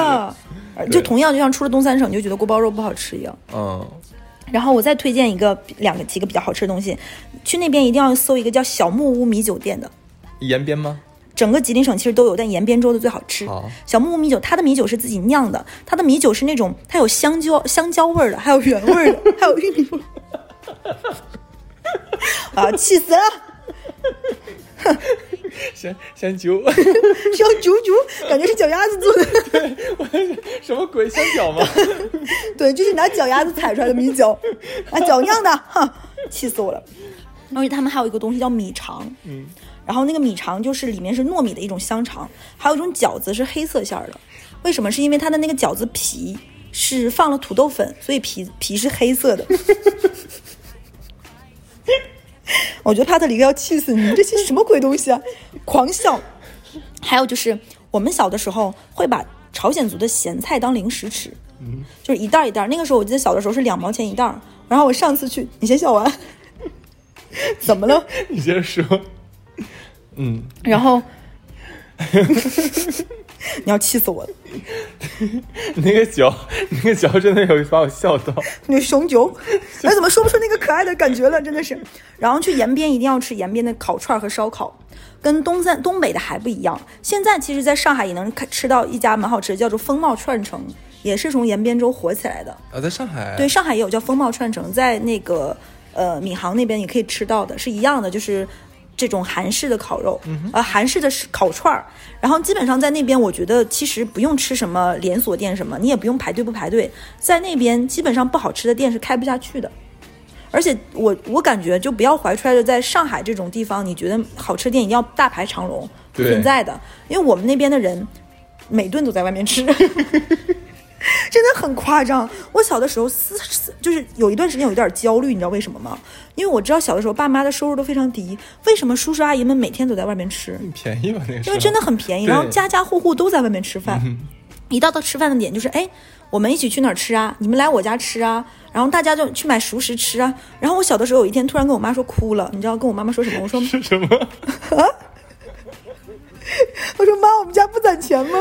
Speaker 3: 呃
Speaker 2: 对
Speaker 3: 就同样就像出了东三省，你就觉得锅包肉不好吃一样。
Speaker 2: 嗯，
Speaker 3: 然后我再推荐一个两个几个比较好吃的东西，去那边一定要搜一个叫小木屋米酒店的，
Speaker 2: 延边吗？
Speaker 3: 整个吉林省其实都有，但延边州的最好吃。
Speaker 2: 好
Speaker 3: 小木屋米酒，它的米酒是自己酿的，它的米酒是那种它有香蕉香蕉味儿的，还有原味儿的，还有玉米味儿。啊，气死了！
Speaker 2: 先先揪，
Speaker 3: 小九九，感觉是脚丫子做的，
Speaker 2: 什么鬼？先饺吗？
Speaker 3: 对，就是拿脚丫子踩出来的米酒，啊，脚酿的，哈，气死我了。而且他们还有一个东西叫米肠，嗯，然后那个米肠就是里面是糯米的一种香肠，还有一种饺子是黑色馅儿的，为什么？是因为它的那个饺子皮是放了土豆粉，所以皮皮是黑色的。 我觉得帕特里克要气死你，这些是什么鬼东西啊？狂笑。还有就是我们小的时候会把朝鲜族的咸菜当零食吃，就是一袋儿一袋儿。那个时候我记得小的时候是两毛钱一袋儿，然后我上次去，你先笑完， 怎么了？
Speaker 2: 你接着说。嗯，
Speaker 3: 然后 你要气死我了，
Speaker 2: 你 那个脚，你那个脚真的有把我笑到。
Speaker 3: 那熊酒，哎，怎么说不出那个可爱的感觉了？真的是。然后去延边一定要吃延边的烤串儿和烧烤，跟东三东北的还不一样。现在其实，在上海也能看吃到一家蛮好吃的，叫做风貌串城，也是从延边州火起来的。
Speaker 2: 啊，在上海。
Speaker 3: 对，，上海也有叫风貌串城，在那个呃闵行那边也可以吃到的，是一样的，就是这种韩式的烤肉，呃韩式的是烤串儿。然后基本上在那边，我觉得其实不用吃什么连锁店什么，你也不用排队不排队，在那边基本上不好吃的店是开不下去的。而且我我感觉就不要怀揣着在上海这种地方，你觉得好吃的店一定要大排长龙不
Speaker 2: 对
Speaker 3: 存在的，因为我们那边的人每顿都在外面吃，真的很夸张。我小的时候思思就是有一段时间有一点焦虑，你知道为什么吗？因为我知道小的时候爸妈的收入都非常低，为什么叔叔阿姨们每天都在外面吃？
Speaker 2: 便宜吧那个时候。
Speaker 3: 因为真的很便宜，
Speaker 2: 对
Speaker 3: 然后家家户户都在外面吃饭。一到到吃饭的点就是，哎，我们一起去哪儿吃啊？你们来我家吃啊？然后大家就去买熟食吃啊。然后我小的时候有一天突然跟我妈说哭了，你知道跟我妈妈说什么？我 说
Speaker 2: 是什么？
Speaker 3: 我说妈，我们家不攒钱吗？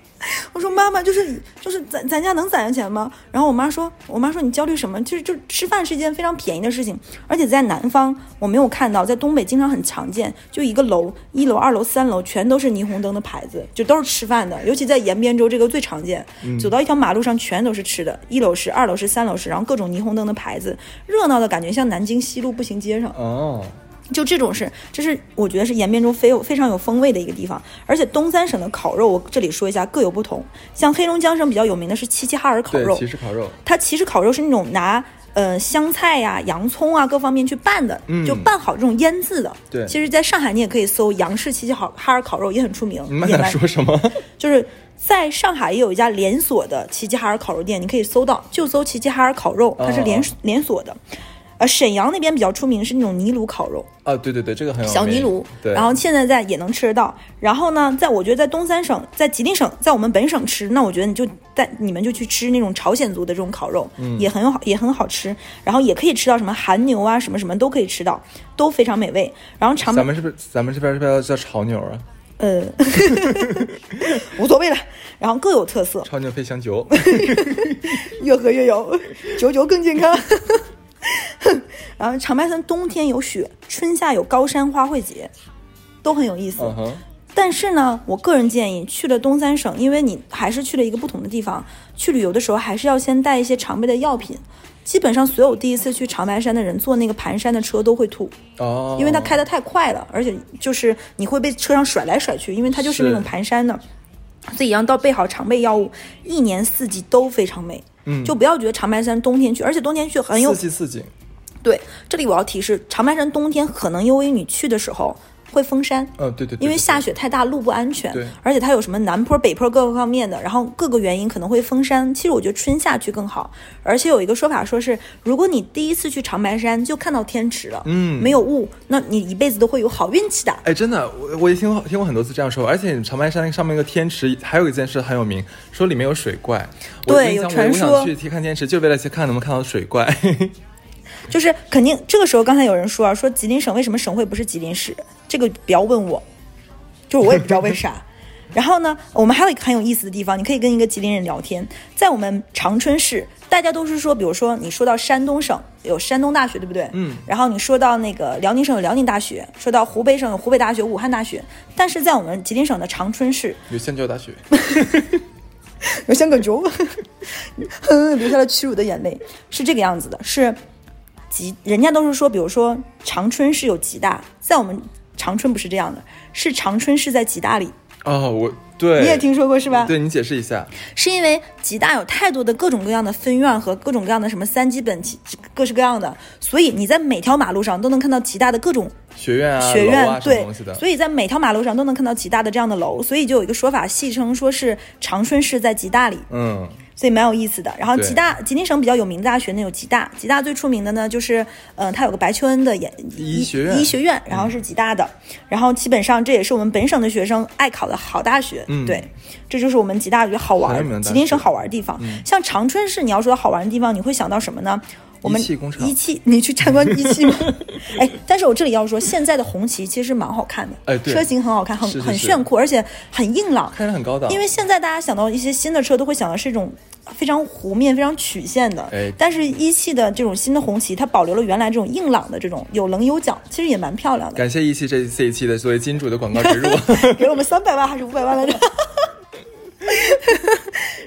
Speaker 3: 我说妈妈，就是就是咱咱家能攒下钱吗？然后我妈说，我妈说你焦虑什么？就是就吃饭是一件非常便宜的事情，而且在南方我没有看到，在东北经常很常见，就一个楼，一楼、二楼、三楼全都是霓虹灯的牌子，就都是吃饭的，尤其在延边州这个最常见，走到一条马路上全都是吃的，一楼是，二楼是，三楼是，然后各种霓虹灯的牌子，热闹的感觉像南京西路步行街上。
Speaker 2: 哦，
Speaker 3: 就这种事，这是我觉得是延边中非有非常有风味的一个地方。而且东三省的烤肉，我这里说一下各有不同。像黑龙江省比较有名的是齐齐哈尔烤
Speaker 2: 对，
Speaker 3: 肉
Speaker 2: 骑，士烤肉。
Speaker 3: 它其实烤肉是那种拿呃香菜呀、洋葱啊各方面去拌的，就拌好这种腌制的。
Speaker 2: 嗯对
Speaker 3: 其实在上海你也可以搜杨氏齐齐好哈尔烤肉也很出名，
Speaker 2: 你们
Speaker 3: 也
Speaker 2: 俩
Speaker 3: 蛮
Speaker 2: 说什么？
Speaker 3: 就是在上海也有一家连锁的齐齐哈尔烤肉店，你可以搜到，就搜齐齐哈尔烤肉，它是连、
Speaker 2: 哦
Speaker 3: 连锁的。呃，沈阳那边比较出名是那种泥炉烤肉，
Speaker 2: 啊，对对对，这个很有
Speaker 3: 小
Speaker 2: 名
Speaker 3: 泥炉，
Speaker 2: 对，
Speaker 3: 然后现在在也能吃得到。然后呢，在我觉得在东三省，在吉林省，在我们本省吃，那我觉得你就在你们就去吃那种朝鲜族的这种烤肉，也很有好，也很好吃。然后也可以吃到什么韩牛啊，什么什么都可以吃到，都非常美味。然后长
Speaker 2: 咱们是不是咱们这边是不是叫炒牛啊？
Speaker 3: 呃 无所谓了，然后各有特色，
Speaker 2: 炒牛配香 酒，
Speaker 3: 越喝越有，久久更健康。 然后长白山冬天有雪，春夏有高山花卉节，都很有意思。
Speaker 2: 嗯哼，
Speaker 3: 但是呢，我个人建议去了东三省，因为你还是去了一个不同的地方，去旅游的时候还是要先带一些常备的药品。基本上所有第一次去长白山的人坐那个盘山的车都会吐，
Speaker 2: 哦，
Speaker 3: 因为它开得太快了，而且就是你会被车上甩来甩去，因为它就是那种
Speaker 2: 是
Speaker 3: 盘山的，所以一定要到备好常备药物，一年四季都非常美。嗯，就不要觉得长白山冬天去，而且冬天去很有
Speaker 2: 四季四景，
Speaker 3: 对。这里我要提示，长白山冬天可能因为你去的时候会封山，
Speaker 2: 嗯，对对，对
Speaker 3: 因为
Speaker 2: 对
Speaker 3: 下雪太大，路不安全
Speaker 2: 对，
Speaker 3: 而且它有什么南坡、北坡各个方面的，然后各个原因可能会封山。其实我觉得春夏去更好，而且有一个说法说是，如果你第一次去长白山就看到天池了，嗯，没有雾，那你一辈子都会有好运气的。
Speaker 2: 哎，真的，我我也听过听过很多次这样说，而且长白山上面那个天池，还有一件事很有名，说里面有水怪。我印
Speaker 3: 对
Speaker 2: 象
Speaker 3: 有传
Speaker 2: 我我
Speaker 3: 说
Speaker 2: 想去看天池，就为了去看能不能看到水怪。
Speaker 3: 就是肯定这个时候，刚才有人说啊，说吉林省为什么省会不是吉林市？这个不要问我，就是我也不知道为啥。 然后呢，我们还有一个很有意思的地方，你可以跟一个吉林人聊天。在我们长春市，大家都是说，比如说你说到山东省有山东大学，对不对？嗯。然后你说到那个辽宁省有辽宁大学，说到湖北省有湖北大学、武汉大学。但是在我们吉林省的长春市，
Speaker 2: 有香蕉大学，
Speaker 3: 有香港 酒，哼，嗯流下了屈辱的眼泪，是这个样子的，是吉，人家都是说，比如说长春是有吉大，在我们长春不是这样的，是长春是在吉大里，
Speaker 2: 哦，我对，
Speaker 3: 你也听说过是吧？
Speaker 2: 对你解释一下，
Speaker 3: 是因为吉大有太多的各种各样的分院和各种各样的什么三基本体，各式各样的，所以你在每条马路上都能看到吉大的各种
Speaker 2: 学院啊，
Speaker 3: 学院、
Speaker 2: 楼啊，什么
Speaker 3: 对
Speaker 2: 东西的，，
Speaker 3: 所以在每条马路上都能看到吉大的这样的楼，所以就有一个说法戏称说是长春市在吉大里。
Speaker 2: 嗯，
Speaker 3: 所以蛮有意思的。然后
Speaker 2: 对
Speaker 3: 吉大吉林省比较有名的大学呢有吉大，吉大最出名的呢就是，呃，它有个白求恩的研
Speaker 2: 医学院嗯
Speaker 3: 医学院，然后是吉大的，然后基本上这也是我们本省的学生爱考的好大学。
Speaker 2: 嗯
Speaker 3: 对，这就是我们吉大觉得好玩
Speaker 2: 很有名
Speaker 3: 儿，
Speaker 2: 的大
Speaker 3: 吉林省
Speaker 2: 学嗯
Speaker 3: 好玩儿的地方。像长春市，你要说好玩儿的地方，你会想到什么呢？我们
Speaker 2: 一汽工厂
Speaker 3: 一汽，你去参观一汽吗？ 哎，但是我这里要说，现在的红旗其实蛮好看的，
Speaker 2: 哎对
Speaker 3: 车型很好看，很
Speaker 2: 是是
Speaker 3: 很
Speaker 2: 是
Speaker 3: 炫酷，而且很硬朗，
Speaker 2: 看着很高档，
Speaker 3: 因为现在大家想到一些新的车，都会想到是一种非常弧面、非常曲线的。
Speaker 2: 哎
Speaker 3: 但是一汽的这种新的红旗，它保留了原来这种硬朗的这种有棱有角，其实也蛮漂亮的。
Speaker 2: 感谢一期这这一期的作为金主的广告植入，
Speaker 3: 给我们三百万还是五百万来着？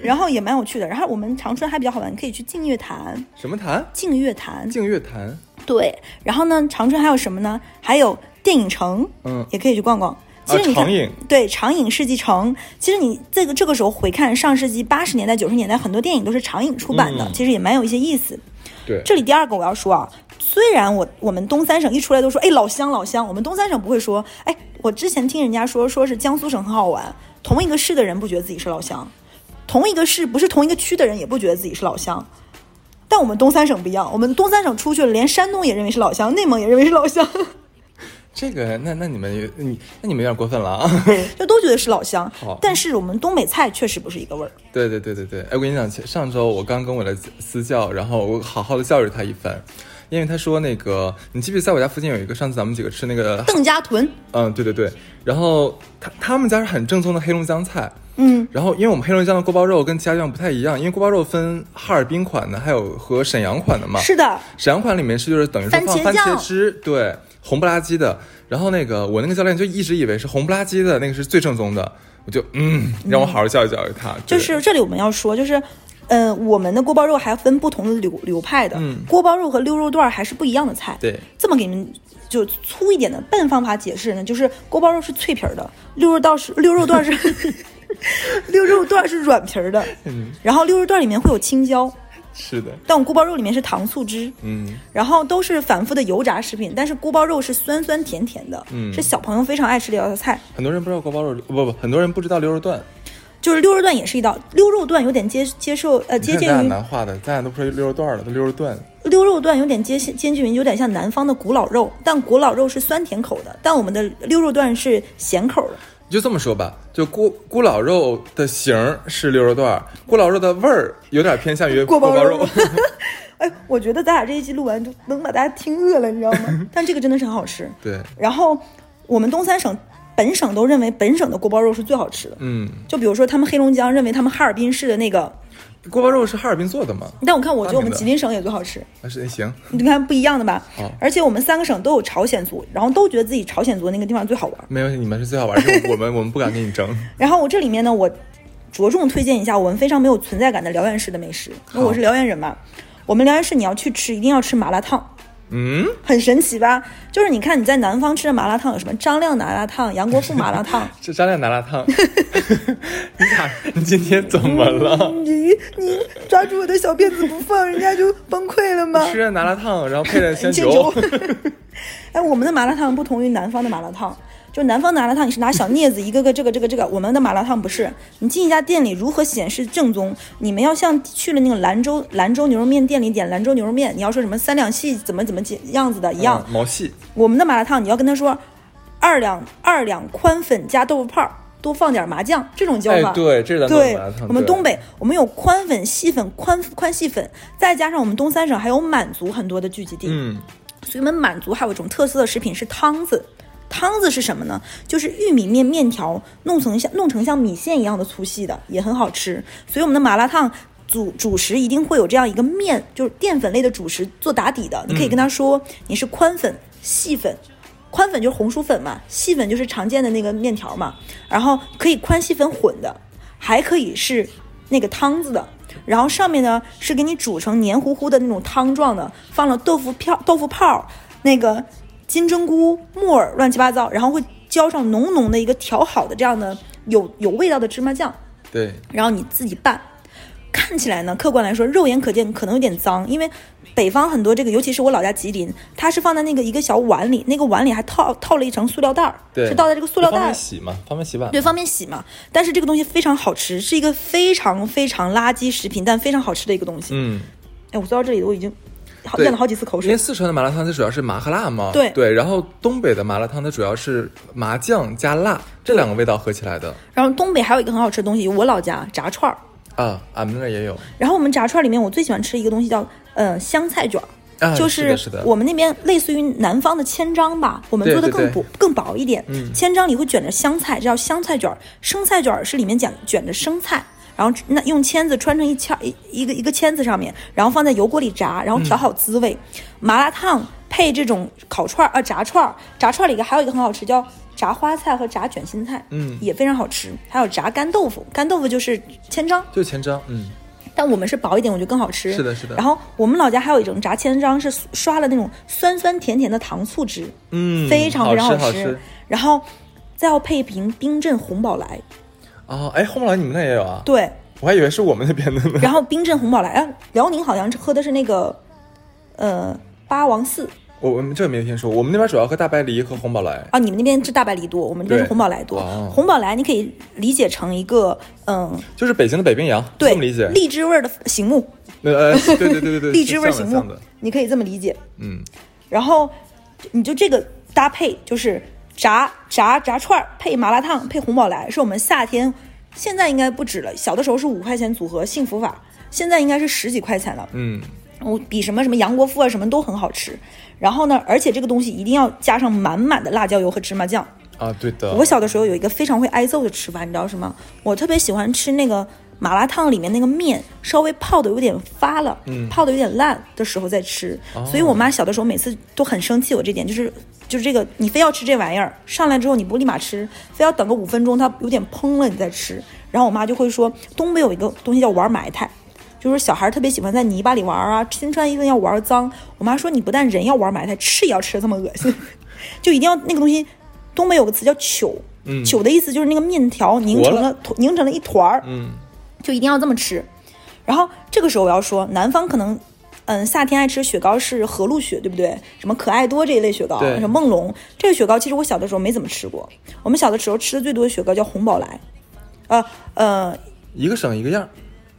Speaker 3: 然后也蛮有趣的。然后我们长春还比较好玩，你可以去净月潭。
Speaker 2: 什么坛？
Speaker 3: 净月潭，
Speaker 2: 净月潭，
Speaker 3: 对。然后呢，长春还有什么呢？还有电影城，
Speaker 2: 嗯
Speaker 3: 也可以去逛逛。其实你看，
Speaker 2: 长影
Speaker 3: 对长影世纪城，其实你这个这个时候回看上世纪八十年代、九十年代，很多电影都是长影出版的，
Speaker 2: 嗯
Speaker 3: 其实也蛮有一些意思。
Speaker 2: 对，
Speaker 3: 这里第二个我要说啊，虽然我我们东三省一出来都说，哎，老乡老乡，我们东三省不会说，哎，我之前听人家说，说是江苏省很好玩，同一个市的人不觉得自己是老乡，同一个市不是同一个区的人也不觉得自己是老乡。但我们东三省不一样，我们东三省出去了，连山东也认为是老乡，内蒙也认为是老乡，
Speaker 2: 这个那那你们有你那你们有点过分了啊！
Speaker 3: 就都觉得是老乡
Speaker 2: 好。
Speaker 3: 但是我们东北菜确实不是一个味儿。
Speaker 2: 对对对对对，哎，我跟你讲，前上周我刚跟我的私教，然后我好好的教育他一番，因为他说那个，你记不记得在我家附近有一个，上次咱们几个吃那个，
Speaker 3: 邓家屯，
Speaker 2: 嗯，对对对，然后他他们家是很正宗的黑龙江菜，嗯，然后因为我们黑龙江的锅包肉跟其他地方不太一样，因为锅包肉分哈尔滨款的，还有和沈阳款的嘛，
Speaker 3: 是的，
Speaker 2: 沈阳款里面是就是等于说
Speaker 3: 番
Speaker 2: 放
Speaker 3: 茄
Speaker 2: 番
Speaker 3: 酱
Speaker 2: 茄汁，对，红不拉几的。然后那个我那个教练就一直以为是红不拉几的那个是最正宗的，我就嗯，让我好好教育教育他。
Speaker 3: 就
Speaker 2: 对
Speaker 3: 是这里我们要说，就是，呃，我们的锅包肉还分不同的流流派的，锅包肉和溜肉段儿还是不一样的菜。
Speaker 2: 嗯对
Speaker 3: 这么给你们就粗一点的笨方法解释呢，就是锅包肉是脆皮儿的，溜肉段是溜 肉段
Speaker 2: 嗯
Speaker 3: 是溜肉段是软皮儿的，然后溜肉段里面会有青椒。
Speaker 2: 是的，
Speaker 3: 但我锅包肉里面是糖醋汁，
Speaker 2: 嗯，
Speaker 3: 然后都是反复的油炸食品，但是锅包肉是酸酸甜甜的，
Speaker 2: 嗯
Speaker 3: 是小朋友非常爱吃的一道菜。
Speaker 2: 很多人不知道锅包肉，不不，很多人不知道溜肉段，
Speaker 3: 就是溜肉段也是一道，溜肉段有点接接受呃
Speaker 2: 你
Speaker 3: 接
Speaker 2: 看
Speaker 3: 近
Speaker 2: 咱俩
Speaker 3: 于
Speaker 2: 难画的，咱俩都不是溜肉段了，都溜肉段。
Speaker 3: 溜肉段有点接近接近于有点像南方的古老肉，但古老肉是酸甜口的，但我们的溜肉段是咸口的。
Speaker 2: 就这么说吧，就锅锅老肉的形儿是溜肉段儿，锅老肉的味儿有点偏向于
Speaker 3: 锅包
Speaker 2: 包
Speaker 3: 肉哎，我觉得咱俩这一期录完就能把大家听饿了，你知道 吗？但这个真的是很好吃。
Speaker 2: 对，
Speaker 3: 然后我们东三省本省都认为本省的锅包肉是最好吃的。
Speaker 2: 嗯，
Speaker 3: 就比如说，他们黑龙江认为他们哈尔滨市的那个，
Speaker 2: 锅包肉是哈尔滨做的吗？
Speaker 3: 但我看我觉得我
Speaker 2: 发明
Speaker 3: 们
Speaker 2: 的
Speaker 3: 吉林省也最好吃，
Speaker 2: 那是行，
Speaker 3: 你看不一样的吧
Speaker 2: 好？
Speaker 3: 而且我们三个省都有朝鲜族，然后都觉得自己朝鲜族那个地方最好玩。
Speaker 2: 没有你们是最好 玩，是我们我们不敢跟你争。
Speaker 3: 然后我这里面呢，我着重推荐一下我们非常没有存在感的辽源市的美食，因为我是辽源人嘛。我们辽源市你要去吃，一定要吃麻辣烫，
Speaker 2: 嗯，
Speaker 3: 很神奇吧？就是你看你在南方吃的麻辣烫有什么张亮麻辣烫、杨国富麻辣烫，
Speaker 2: 这张亮麻辣烫， 你咋？你今天怎么 了？
Speaker 3: 你你抓住我的小辫子不放，人家就崩溃了吗
Speaker 2: 吃着麻辣烫，然后配 着香
Speaker 3: 清
Speaker 2: 油，
Speaker 3: 哎，我们的麻辣烫不同于南方的麻辣烫，就南方麻辣烫你是拿小镊子一个个这个这个这个，我们的麻辣烫不是。你进一家店里如何显示正宗？你们要像去了那个兰州兰州牛肉面店里点兰州牛肉面，你要说什么三两细怎么怎么解样子的一样
Speaker 2: 嗯，毛细，
Speaker 3: 我们的麻辣烫你要跟他说二两二两宽粉加豆腐泡儿，多放点麻酱，这种叫
Speaker 2: 哎
Speaker 3: 法。，
Speaker 2: 对，这是咱们
Speaker 3: 对
Speaker 2: 的麻辣烫。，
Speaker 3: 我们
Speaker 2: 对
Speaker 3: 东北，我们有宽粉、细粉、宽宽细粉，再加上我们东三省还有满族很多的聚集地。
Speaker 2: 嗯，
Speaker 3: 所以我们满族还有一种特色的食品是汤子。汤子是什么呢？就是玉米面面条弄成像弄成像米线一样的粗细的，也很好吃。所以我们的麻辣烫主主食一定会有这样一个面，就是淀粉类的主食做打底的。你可以跟他说你是宽粉、细粉。宽粉就是红薯粉嘛，细粉就是常见的那个面条嘛，然后可以宽细粉混的，还可以是那个汤子的，然后上面呢是给你煮成黏糊糊的那种汤状的，放了豆腐票、豆腐泡、那个金针菇、木耳，乱七八糟，然后会浇上浓浓的一个调好的这样的有有味道的芝麻酱，
Speaker 2: 对，
Speaker 3: 然后你自己拌。看起来呢，客观来说，肉眼可见可能有点脏，因为北方很多这个，尤其是我老家吉林，它是放在那个一个小碗里，那个碗里还套套了一层塑料袋儿，
Speaker 2: 对，
Speaker 3: 是倒在这个塑料
Speaker 2: 方
Speaker 3: 袋
Speaker 2: 便
Speaker 3: 儿
Speaker 2: 洗嘛，方便洗碗。
Speaker 3: 对，方便洗嘛。但是这个东西非常好吃，是一个非常非常垃圾食品，但非常好吃的一个东西。
Speaker 2: 嗯，
Speaker 3: 哎，我说到这里，我已经好
Speaker 2: 对
Speaker 3: 咽了好几次口
Speaker 2: 因为
Speaker 3: 水。
Speaker 2: 四川的麻辣烫它主要是麻和辣嘛，
Speaker 3: 对
Speaker 2: 然后东北的麻辣烫它主要是麻酱加辣这两个味道合起来的
Speaker 3: 然后东北还有一个很好吃的东西，我老家炸串儿。
Speaker 2: 啊，俺们那儿也有，
Speaker 3: 然后我们炸串儿里面，我最喜欢吃一个东西叫呃香菜卷儿。
Speaker 2: 啊
Speaker 3: 就是
Speaker 2: 的是的
Speaker 3: 我们那边类似于南方的千张吧，我们
Speaker 2: 对
Speaker 3: 做的
Speaker 2: 对
Speaker 3: 更
Speaker 2: 对嗯
Speaker 3: 薄更薄一点。千张里会卷着香菜，这叫香菜卷儿。生菜卷儿是里面卷卷着生菜，然后那用签子穿成一圈一一个一个签子上面，然后放在油锅里炸，然后调好滋味。麻辣烫配这种烤串儿啊、炸串儿，炸串儿里还有一个很好吃叫。炸花菜和炸卷心菜，
Speaker 2: 嗯
Speaker 3: 也非常好吃。还有炸干豆腐，干豆腐就是千张，
Speaker 2: 就前张，嗯，
Speaker 3: 但我们是薄一点，我觉得更好吃。
Speaker 2: 是的是的
Speaker 3: 然后我们老家还有一种炸千张，是刷了那种酸酸甜甜的糖醋汁，
Speaker 2: 嗯
Speaker 3: 非常非常
Speaker 2: 好吃好吃
Speaker 3: 然后再要配一瓶冰镇红宝来，
Speaker 2: 哦，哎，后来你们那儿也有啊？
Speaker 3: 对，
Speaker 2: 我还以为是我们那边的呢。
Speaker 3: 然后冰镇红宝来，啊，辽宁好像是喝的是那个，呃，八王寺
Speaker 2: 我我们这没听说，我们那边主要喝大白梨和红宝来，
Speaker 3: 啊，你们那边是大白梨多，我们这边是
Speaker 2: 对
Speaker 3: 红宝来多。
Speaker 2: 哦
Speaker 3: 红宝来你可以理解成一个，嗯，
Speaker 2: 就是北京的北冰洋，
Speaker 3: 对，
Speaker 2: 这么理解？
Speaker 3: 荔枝味儿的醒目，
Speaker 2: 呃，对对对对对，
Speaker 3: 荔枝味儿
Speaker 2: 是这
Speaker 3: 醒
Speaker 2: 样的
Speaker 3: 目
Speaker 2: 这样的，
Speaker 3: 你可以这么理解。
Speaker 2: 嗯，
Speaker 3: 然后你就这个搭配，就是炸炸炸串儿配麻辣烫配红宝来，是我们夏天现在应该不止了，小的时候是五块钱组合幸福法，现在应该是十几块钱了。
Speaker 2: 嗯，
Speaker 3: 我比什么什么杨国富啊什么都很好吃。然后呢，而且这个东西一定要加上满满的辣椒油和芝麻酱。
Speaker 2: 啊，对的，
Speaker 3: 我小的时候有一个非常会挨揍的吃法，你知道什么？我特别喜欢吃那个麻辣烫里面那个面稍微泡的有点发了，泡的有点烂的时候再吃。所以我妈小的时候每次都很生气我这点，就是就是这个你非要吃这玩意儿，上来之后你不立马吃，非要等个五分钟它有点蓬了你再吃。然后我妈就会说，东北有一个东西叫玩埋汰。就是小孩特别喜欢在泥巴里玩啊，新穿衣服要玩脏。我妈说，你不但人要玩埋汰，吃也要吃的这么恶心，就一定要那个东西。东北有个词叫糗，糗的意思就是那个面条凝成
Speaker 2: 嗯活
Speaker 3: 了，凝成了一团儿，
Speaker 2: 嗯，
Speaker 3: 就一定要这么吃。然后这个时候我要说，南方可能，嗯，夏天爱吃雪糕是和路雪，对不对？什么可爱多这一类雪糕，
Speaker 2: 对
Speaker 3: 什么梦龙这个雪糕，其实我小的时候没怎么吃过。我们小的时候吃的最多的雪糕叫红宝来，呃呃，
Speaker 2: 一个省一个样儿。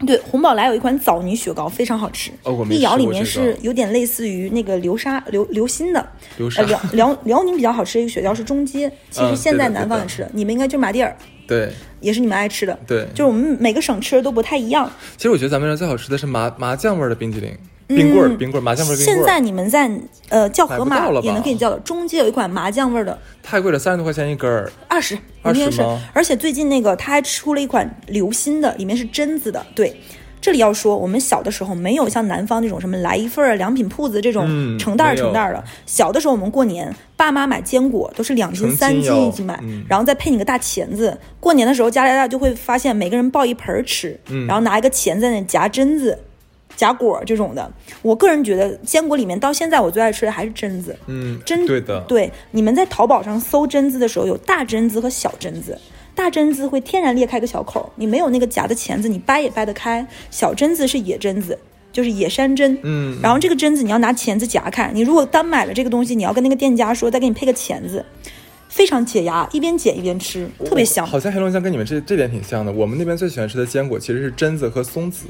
Speaker 3: 对，红宝来有一款枣泥雪糕，非常好吃。
Speaker 2: 哦我没
Speaker 3: 一咬
Speaker 2: 吃
Speaker 3: 里
Speaker 2: 过
Speaker 3: 面
Speaker 2: 这个
Speaker 3: 是有点类似于那个流沙流流心的。
Speaker 2: 流沙
Speaker 3: 呃、辽辽辽宁比较好吃的一个雪糕是中街，其
Speaker 2: 嗯
Speaker 3: 实现
Speaker 2: 对
Speaker 3: 在
Speaker 2: 的
Speaker 3: 南
Speaker 2: 对
Speaker 3: 方
Speaker 2: 的
Speaker 3: 也吃的，你们应该就是马迭尔，
Speaker 2: 对，
Speaker 3: 也是你们爱吃的。
Speaker 2: 对
Speaker 3: 就是我们每个省吃的都不太一样。
Speaker 2: 其实我觉得咱们这儿最好吃的是麻麻酱味儿的冰淇淋，冰棍儿，冰棍儿，麻酱味儿冰棍
Speaker 3: 嗯现
Speaker 2: 儿。
Speaker 3: 在你们在呃叫
Speaker 2: 买
Speaker 3: 盒
Speaker 2: 不
Speaker 3: 马
Speaker 2: 到了
Speaker 3: 也能
Speaker 2: 吧
Speaker 3: 给你叫到，中街有一款麻酱味儿的，
Speaker 2: 太贵了，三十多块钱一根儿。
Speaker 3: 二十，
Speaker 2: 20
Speaker 3: 应该是
Speaker 2: 吗。
Speaker 3: 而且最近那个他还出了一款流心的，里面是榛子的。对，这里要说，我们小的时候没有像南方那种什么来一份儿良品铺子这种
Speaker 2: 嗯
Speaker 3: 成袋儿
Speaker 2: 没有
Speaker 3: 成袋儿的。小的时候我们过年，爸妈买坚果都是两斤
Speaker 2: 成
Speaker 3: 三
Speaker 2: 斤
Speaker 3: 斤
Speaker 2: 哟
Speaker 3: 一起买，
Speaker 2: 嗯
Speaker 3: 然后再配你个大钳子。过年的时候，家里大家就会发现每个人抱一盆儿吃，
Speaker 2: 嗯
Speaker 3: 然后拿一个钳子在那夹榛子。夹果儿这种的，我个人觉得坚果里面到现在我最爱吃的还是榛子。
Speaker 2: 嗯，
Speaker 3: 榛
Speaker 2: 对的，
Speaker 3: 对，你们在淘宝上搜榛子的时候，有大榛子和小榛子。大榛子会天然裂开个小口儿，你没有那个夹的钳子，你掰也掰得开。小榛子是野榛子，就是野山榛。
Speaker 2: 嗯
Speaker 3: 然后这个榛子你要拿钳子夹开。你如果单买了这个东西，你要跟那个店家说，再给你配个钳子，非常解压，一边剪一边吃，特别香。
Speaker 2: 好像黑龙江跟你们这这点挺像的，我们那边最喜欢吃的坚果其实是榛子和松子，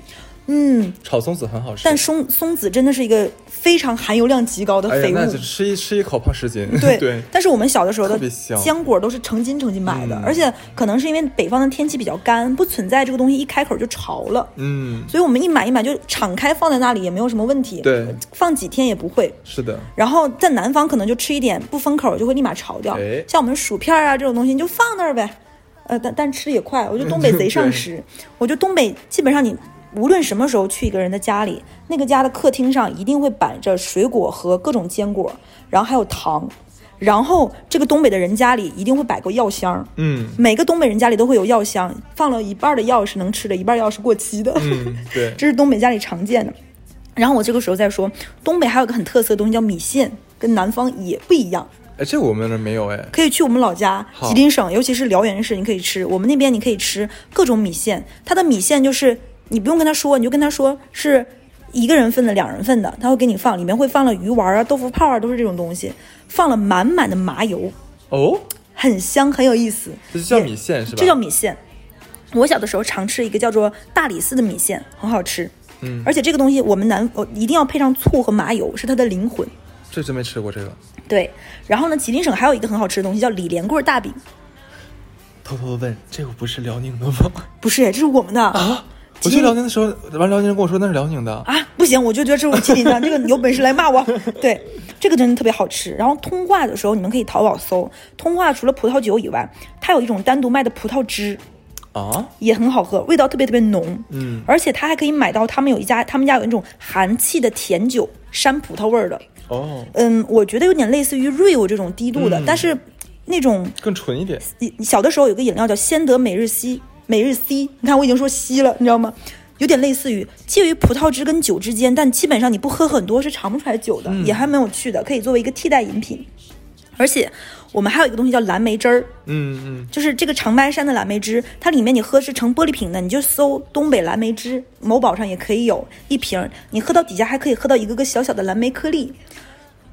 Speaker 3: 嗯，
Speaker 2: 炒松子很好吃。
Speaker 3: 但松松子真的是一个非常含油量极高的
Speaker 2: 哎呀
Speaker 3: 肥，物。
Speaker 2: 那就吃一吃一口胖十斤。
Speaker 3: 对
Speaker 2: 对，
Speaker 3: 但是我们小的时候的
Speaker 2: 特别香嗯
Speaker 3: 浆果都是成斤成斤买的，而且可能是因为北方的天气比较干，不存在这个东西一开口就潮了，
Speaker 2: 嗯，
Speaker 3: 所以我们一买一买就敞开放在那里也没有什么问题，
Speaker 2: 对，
Speaker 3: 放几天也不会。
Speaker 2: 是的，
Speaker 3: 然后在南方可能就吃一点不封口就会立马潮掉
Speaker 2: 哎，
Speaker 3: 像我们薯片啊这种东西你就放那儿呗，呃，但但吃的也快。我觉得东北
Speaker 2: 嗯
Speaker 3: 贼上食，我觉得东北基本上你无论什么时候去一个人的家里，那个家的客厅上一定会摆着水果和各种坚果，然后还有糖，然后这个东北的人家里一定会摆个药箱儿。
Speaker 2: 嗯
Speaker 3: 每个东北人家里都会有药箱，放了一半儿的药是能吃的，一半儿药是过期的。
Speaker 2: 嗯，对，
Speaker 3: 这是东北家里常见的。然后我这个时候再说，东北还有个很特色的东西叫米线，跟南方也不一样。
Speaker 2: 哎，这我们那儿没有哎。
Speaker 3: 可以去我们老家
Speaker 2: 好
Speaker 3: 吉林省，尤其是辽源市，你可以吃。我们那边你可以吃各种米线，它的米线就是你不用跟他说，你就跟他说是一个人份的、两人份的，他会给你放，里面会放了鱼丸啊、豆腐泡啊，都是这种东西，放了满满的麻油，
Speaker 2: 哦，
Speaker 3: 很香，很有意思。
Speaker 2: 这就叫
Speaker 3: 也
Speaker 2: 米线是吧？
Speaker 3: 这叫米线。我小的时候常吃一个叫做大理寺的米线，很好吃。
Speaker 2: 嗯
Speaker 3: 而且这个东西我们南呃一定要配上醋和麻油，是它的灵魂。
Speaker 2: 这真没吃过这个。
Speaker 3: 对，然后呢，吉林省还有一个很好吃的东西叫李连棍大饼，
Speaker 2: 偷偷的问，这个不是辽宁的吗？
Speaker 3: 不是，这是我们的
Speaker 2: 啊，我
Speaker 3: 吉林
Speaker 2: 去辽宁的时候，完辽宁人跟我说那是辽宁的。
Speaker 3: 啊，不行，我就觉得这是吉林的，这个你有本事来骂我。 对，这个真的特别好吃。然后通化的时候，你们可以淘宝搜通化，除了葡萄酒以外，它有一种单独卖的葡萄汁，
Speaker 2: 啊，
Speaker 3: 也很好喝，味道特别特别浓。嗯，而且它还可以买到他们有一家，他们家有一种韩气的甜酒，山葡萄味儿的。
Speaker 2: 哦，
Speaker 3: 嗯，我觉得有点类似于 Rio 这种低度的，
Speaker 2: 嗯
Speaker 3: 但是那种
Speaker 2: 更纯一点。
Speaker 3: 你小的时候有个饮料叫仙得每日西，每日 C，你看我已经说西了，你知道吗？有点类似于介于葡萄汁跟酒之间，但基本上你不喝很多是尝不出来酒的，也还蛮有趣的，可以作为一个替代饮品。而且我们还有一个东西叫蓝莓汁儿，
Speaker 2: 嗯嗯，
Speaker 3: 就是这个长白山的蓝莓汁，它里面你喝是成玻璃瓶的，你就搜东北蓝莓汁，某宝上也可以有一瓶儿，你喝到底下还可以喝到一个个小小的蓝莓颗粒，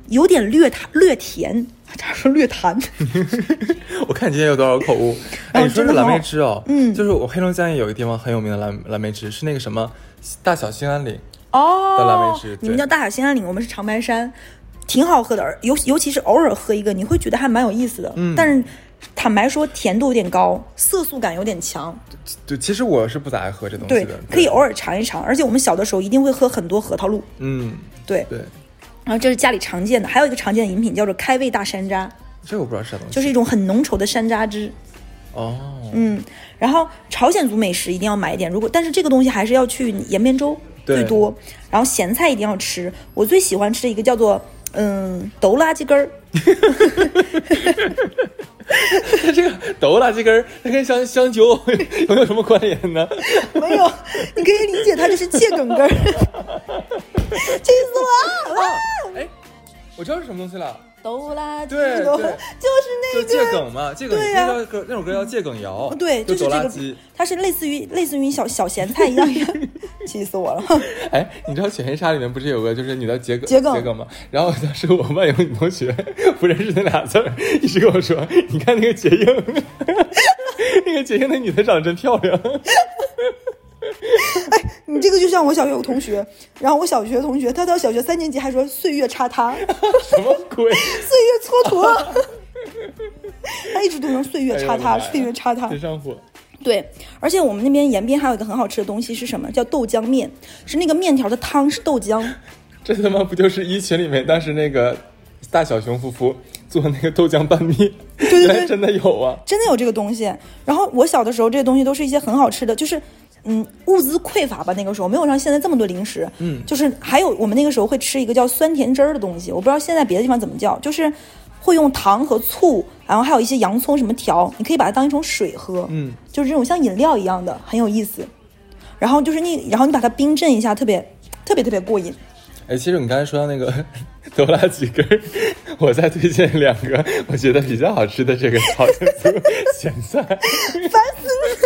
Speaker 3: 有点略糖略甜， 他说略弹，
Speaker 2: 我看你今天有多少口误。
Speaker 3: 然
Speaker 2: 哎，
Speaker 3: 后
Speaker 2: 你说
Speaker 3: 哦
Speaker 2: 这
Speaker 3: 真的
Speaker 2: 蓝
Speaker 3: 很
Speaker 2: 莓
Speaker 3: 好
Speaker 2: 汁哦，嗯，就是我黑龙江也有一个地方很有名的蓝蓝莓汁，是那个什么大小兴安岭。
Speaker 3: 哦，
Speaker 2: 的蓝莓汁
Speaker 3: 你们
Speaker 2: 对
Speaker 3: 叫大小兴安岭，我们是长白山，挺好喝的，而尤尤其是偶尔喝一个，你会觉得还蛮有意思的。嗯但是坦白说，甜度有点高，色素感有点强。
Speaker 2: 对，其实我是不咋爱喝这东西
Speaker 3: 对
Speaker 2: 的。，
Speaker 3: 可以偶。尔尝一尝。而且我们小的时候一定会喝很多核桃露。
Speaker 2: 嗯，
Speaker 3: 对，
Speaker 2: 对，
Speaker 3: 然后这是家里常见的，还有一个常见的饮品叫做开胃大山楂，
Speaker 2: 这个我不知道是啥东西。
Speaker 3: 就是一种很浓稠的山楂汁。
Speaker 2: 哦，
Speaker 3: 嗯，然后朝鲜族美食一定要买一点，如果但是这个东西还是要去延边州
Speaker 2: 对
Speaker 3: 最多，然后咸菜一定要吃。我最喜欢吃的一个叫做嗯豆垃圾根儿，
Speaker 2: 它 这个抖垃圾根儿，它跟香香酒 有没有什么关联呢？
Speaker 3: 没有，你可以理解它就是桔梗根儿，气死我了！
Speaker 2: 哎，我知道是什么东西了，
Speaker 3: 豆垃圾
Speaker 2: 对
Speaker 3: 根
Speaker 2: 对
Speaker 3: 儿 就是那
Speaker 2: 就
Speaker 3: 个
Speaker 2: 桔梗嘛，桔梗
Speaker 3: 对呀哦
Speaker 2: 那首歌那首歌叫桔梗谣，
Speaker 3: 对，
Speaker 2: 就是抖
Speaker 3: 这
Speaker 2: 垃
Speaker 3: 个
Speaker 2: 圾。，
Speaker 3: 它是类似于类似于小小咸菜一样， 气死我了！
Speaker 2: 哎，你知道《犬夜叉》里面不是有个就是女的桔梗
Speaker 3: 桔梗
Speaker 2: 吗？然后当时我万有女同学不认识那俩字儿，一直跟我说：“你看那个结英，那个结英那女的长得真漂亮。
Speaker 3: 哎，你这个就像我小学有同学，然后我小学同学，他到小学三年级还说岁月差他，岁”
Speaker 2: 什么鬼？
Speaker 3: 月 蹉跎，他一直都用岁月差
Speaker 2: 哎呦我
Speaker 3: 他，
Speaker 2: 的妈呀
Speaker 3: 岁月差他
Speaker 2: 真。上火。
Speaker 3: 对，而且我们那边延边还有一个很好吃的东西是什么？叫豆浆面，是那个面条的汤是豆浆。
Speaker 2: 这他妈不就是一群里面当时那个大小熊夫妇做那个豆浆拌面？对
Speaker 3: 对对
Speaker 2: 原来真的有啊！
Speaker 3: 真的有这个东西。然后我小的时候，这些东西都是一些很好吃的，就是嗯，物资匮乏吧，那个时候没有像现在这么多零食。嗯，就是还有我们那个时候会吃一个叫酸甜汁儿的东西，我不知道现在别的地方怎么叫，就是会用糖和醋，然后还有一些洋葱什么调，你可以把它当一种水喝，
Speaker 2: 嗯，
Speaker 3: 就是这种像饮料一样的，很有意思。然后就是你，然后你把它冰镇一下，特别特别特别过瘾。
Speaker 2: 哎，其实你刚才说到那个 多拉几根儿，我再推荐两个我觉得比较好吃的这个朝鲜族咸菜，烦死了！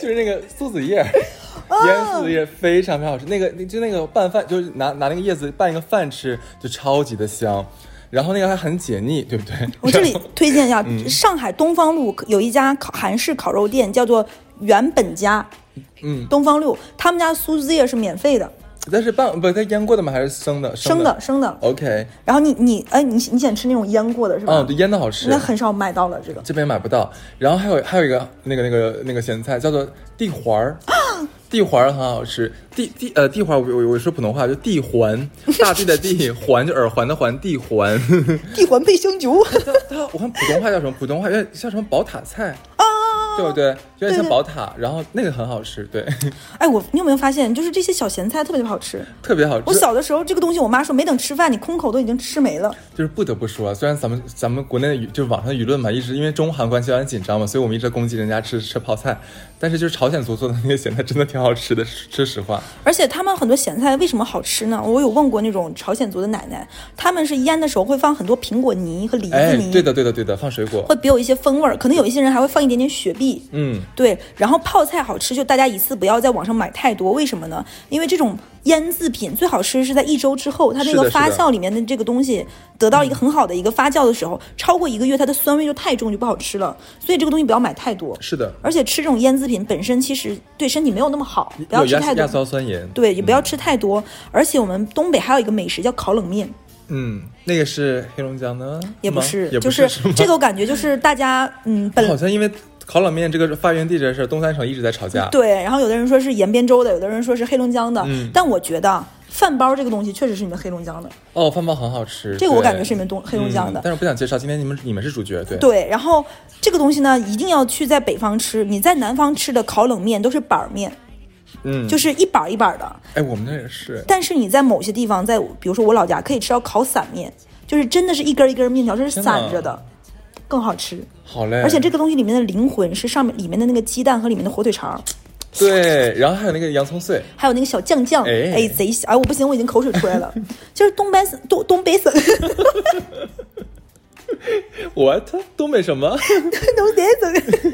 Speaker 2: 就是那个苏子叶儿，
Speaker 3: 哦
Speaker 2: 腌苏子叶儿非常非常好吃。那个就那个拌饭，就是拿拿那个叶子拌一个饭吃，就超级的香。然后那个还很解腻，对不对？
Speaker 3: 我这 里推荐一下，上海东方路有一家烤韩式烤肉店，叫做原本家。
Speaker 2: 嗯
Speaker 3: 东方路，他们家苏子叶是免费的，
Speaker 2: 但是拌不 它腌过的吗？还是生的？
Speaker 3: 生
Speaker 2: 的
Speaker 3: 的。生的。
Speaker 2: OK，
Speaker 3: 然后你你哎，你你想吃那种腌过的哦是吧？
Speaker 2: 嗯，对，腌的好吃。
Speaker 3: 那很少买到了这个。
Speaker 2: 这边买不到。然后还有还有一个那个那个那个咸菜叫做地环儿，地环儿很好吃。地地呃地环儿，我我我说普通话就地环，大地的地环就耳环的环，地 环。
Speaker 3: 地环配香酒
Speaker 2: 它它我看普通话叫什么？普通话有点像什么宝塔菜，
Speaker 3: 啊！
Speaker 2: 对不对？有点
Speaker 3: 对
Speaker 2: 像
Speaker 3: 对
Speaker 2: 宝塔，然后那个很好吃，对，
Speaker 3: 哎，我你有没有发现，就是这些小咸菜特别特别好吃。
Speaker 2: 特别好吃。
Speaker 3: 我小的时候，这个东西我妈说，没等吃饭，你空口都已经吃没了。
Speaker 2: 就是不得不说啊，虽然咱们咱们国内的舆就是网上的舆论嘛，一直因为中韩关系有点紧张嘛，所以我们一直在攻击人家吃吃泡菜，但是就是朝鲜族做的那个咸菜真的挺好吃的，说实话。
Speaker 3: 而且他们很多咸菜为什么好吃呢？我有问过那种朝鲜族的奶奶，他们是腌的时候会放很多苹果泥和梨子
Speaker 2: 哎
Speaker 3: 泥，，
Speaker 2: 对的对的对的，放水果
Speaker 3: 会，别有一些风味儿。可能有一些人还会放一点点雪碧，
Speaker 2: 嗯，
Speaker 3: 对，然后泡菜好吃，就大家一次不要在网上买太多，为什么呢？因为这种腌制品最好吃是在一周之后，它那
Speaker 2: 是的
Speaker 3: 个发
Speaker 2: 是的
Speaker 3: 酵里面的这个东西得到一个很好的一个发酵的时候，超过一个月它的酸味就太重，就不好吃了。所以这个东西不要买太多。
Speaker 2: 是的，
Speaker 3: 而且吃这种腌制品本身其实对身体没有那么好，不要
Speaker 2: 有
Speaker 3: 吃
Speaker 2: 亚
Speaker 3: 太
Speaker 2: 亚
Speaker 3: 多。
Speaker 2: 硝酸盐，
Speaker 3: 对，也不要吃太多。而且我们东北还有一个美食叫烤冷面，
Speaker 2: 嗯，那个是黑龙江的吗，
Speaker 3: 也不
Speaker 2: 不
Speaker 3: 是，
Speaker 2: 哦也
Speaker 3: 就是
Speaker 2: 是吗
Speaker 3: 这个，我感觉就是大家嗯本
Speaker 2: 好像因为烤冷面这个发源地这事儿，东三省一直在吵架，
Speaker 3: 对，然后有的人说是延边州的，有的人说是黑龙江的，
Speaker 2: 啊嗯
Speaker 3: 但我觉得饭包这个东西确实是你们黑龙江的，
Speaker 2: 哦，饭包很好吃，
Speaker 3: 这个我
Speaker 2: 对
Speaker 3: 感觉是你们东黑龙江的。
Speaker 2: 嗯但是不想介绍，今天你们你们是主角，对，
Speaker 3: 对，然后这个东西呢，一定要去在北方吃。你在南方吃的烤冷面都是板儿面，
Speaker 2: 嗯，
Speaker 3: 就，是一板儿一板儿的。
Speaker 2: 哎，我们那也是，
Speaker 3: 但是你在某些地方，在比如说我老家，可以吃到烤散面，就是真的是一根儿一根儿面条，这是
Speaker 2: 天哪
Speaker 3: 散着的，更好吃。
Speaker 2: 好嘞，
Speaker 3: 而且这个东西里面的灵魂是上面里面的那个鸡蛋和里面的火腿肠
Speaker 2: 哎
Speaker 3: 儿，
Speaker 2: 对，然后还有那个洋葱碎，
Speaker 3: 还有那个小酱酱，
Speaker 2: 哎
Speaker 3: 哎，贼香！哎，我不行，我已经口水出来了。 就是东北省，东东北省，
Speaker 2: what 东北什么？
Speaker 3: 东北 省，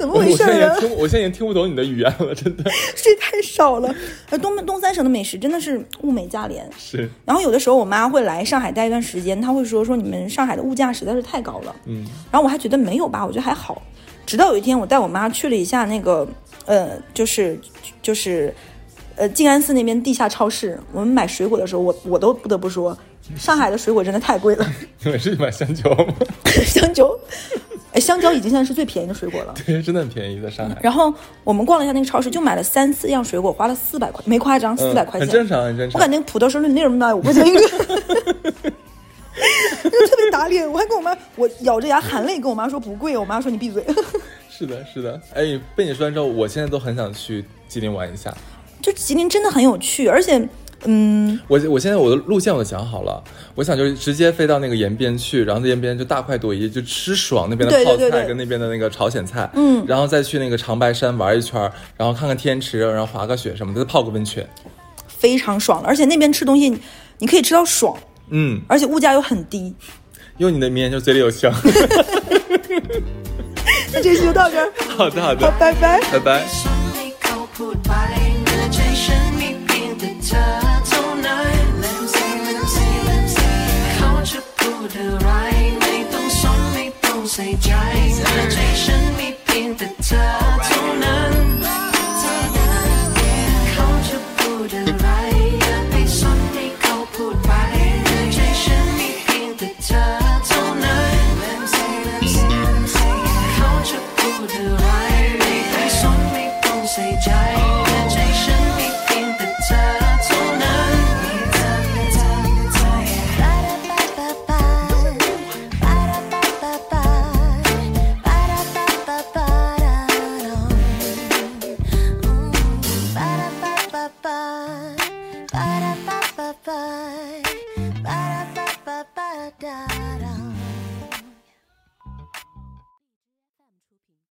Speaker 3: 怎么
Speaker 2: 我
Speaker 3: 回
Speaker 2: 现
Speaker 3: 事
Speaker 2: 在
Speaker 3: 儿啊
Speaker 2: 也？听，我现在已经听不懂你的语言了，真的
Speaker 3: 睡太少了。呃，东东三省的美食真的是物美价廉。
Speaker 2: 是，
Speaker 3: 然后有的时候我妈会来上海待一段时间，她会说说你们上海的物价实在是太高了。
Speaker 2: 嗯，
Speaker 3: 然后我还觉得没有吧，我觉得还好。直到有一天我带我妈去了一下那个，呃，就是就是，呃，静安寺那边地下超市，我们买水果的时候，我我都不得不说，上海的水果真的太贵了。
Speaker 2: 你们是去买香蕉吗？
Speaker 3: 香蕉，哎，香蕉已经现在是最便宜的水果了。
Speaker 2: 对，真的很便宜，在上海。
Speaker 3: 然后我们逛了一下那个超市，就买了三四样水果，花了四百块，没夸张，四百
Speaker 2: 嗯
Speaker 3: 块
Speaker 2: 很
Speaker 3: 钱。
Speaker 2: 正常，很正常。
Speaker 3: 我感觉土豆是论粒儿卖五 块钱一个，就特别打脸。我还跟我妈，我咬着牙含泪跟我妈说不贵，我妈说你闭嘴。
Speaker 2: 是的，是的。哎，被你说完之后，我现在都很想去吉林玩一下。
Speaker 3: 就吉林真的很有趣，而且，嗯，
Speaker 2: 我我现在我的路线我都想好了，我想就是直接飞到那个延边去，然后在延边就大快朵颐，就吃爽那边的
Speaker 3: 对对
Speaker 2: 泡
Speaker 3: 对
Speaker 2: 菜
Speaker 3: 对
Speaker 2: 跟那边的那个朝鲜菜，
Speaker 3: 嗯
Speaker 2: 然后再去那个长白山玩一圈儿，然后看看天池，然后滑个雪什么的，再泡个温泉。
Speaker 3: 非常爽了。而且那边吃东西，你可以吃到爽，
Speaker 2: 嗯，
Speaker 3: 而且物价又很低。
Speaker 2: 用你的绵就嘴里有香。
Speaker 3: 那这期就到这儿，
Speaker 2: 好的，好
Speaker 3: 好
Speaker 2: 的，，
Speaker 3: 拜拜。
Speaker 2: 拜拜。
Speaker 1: So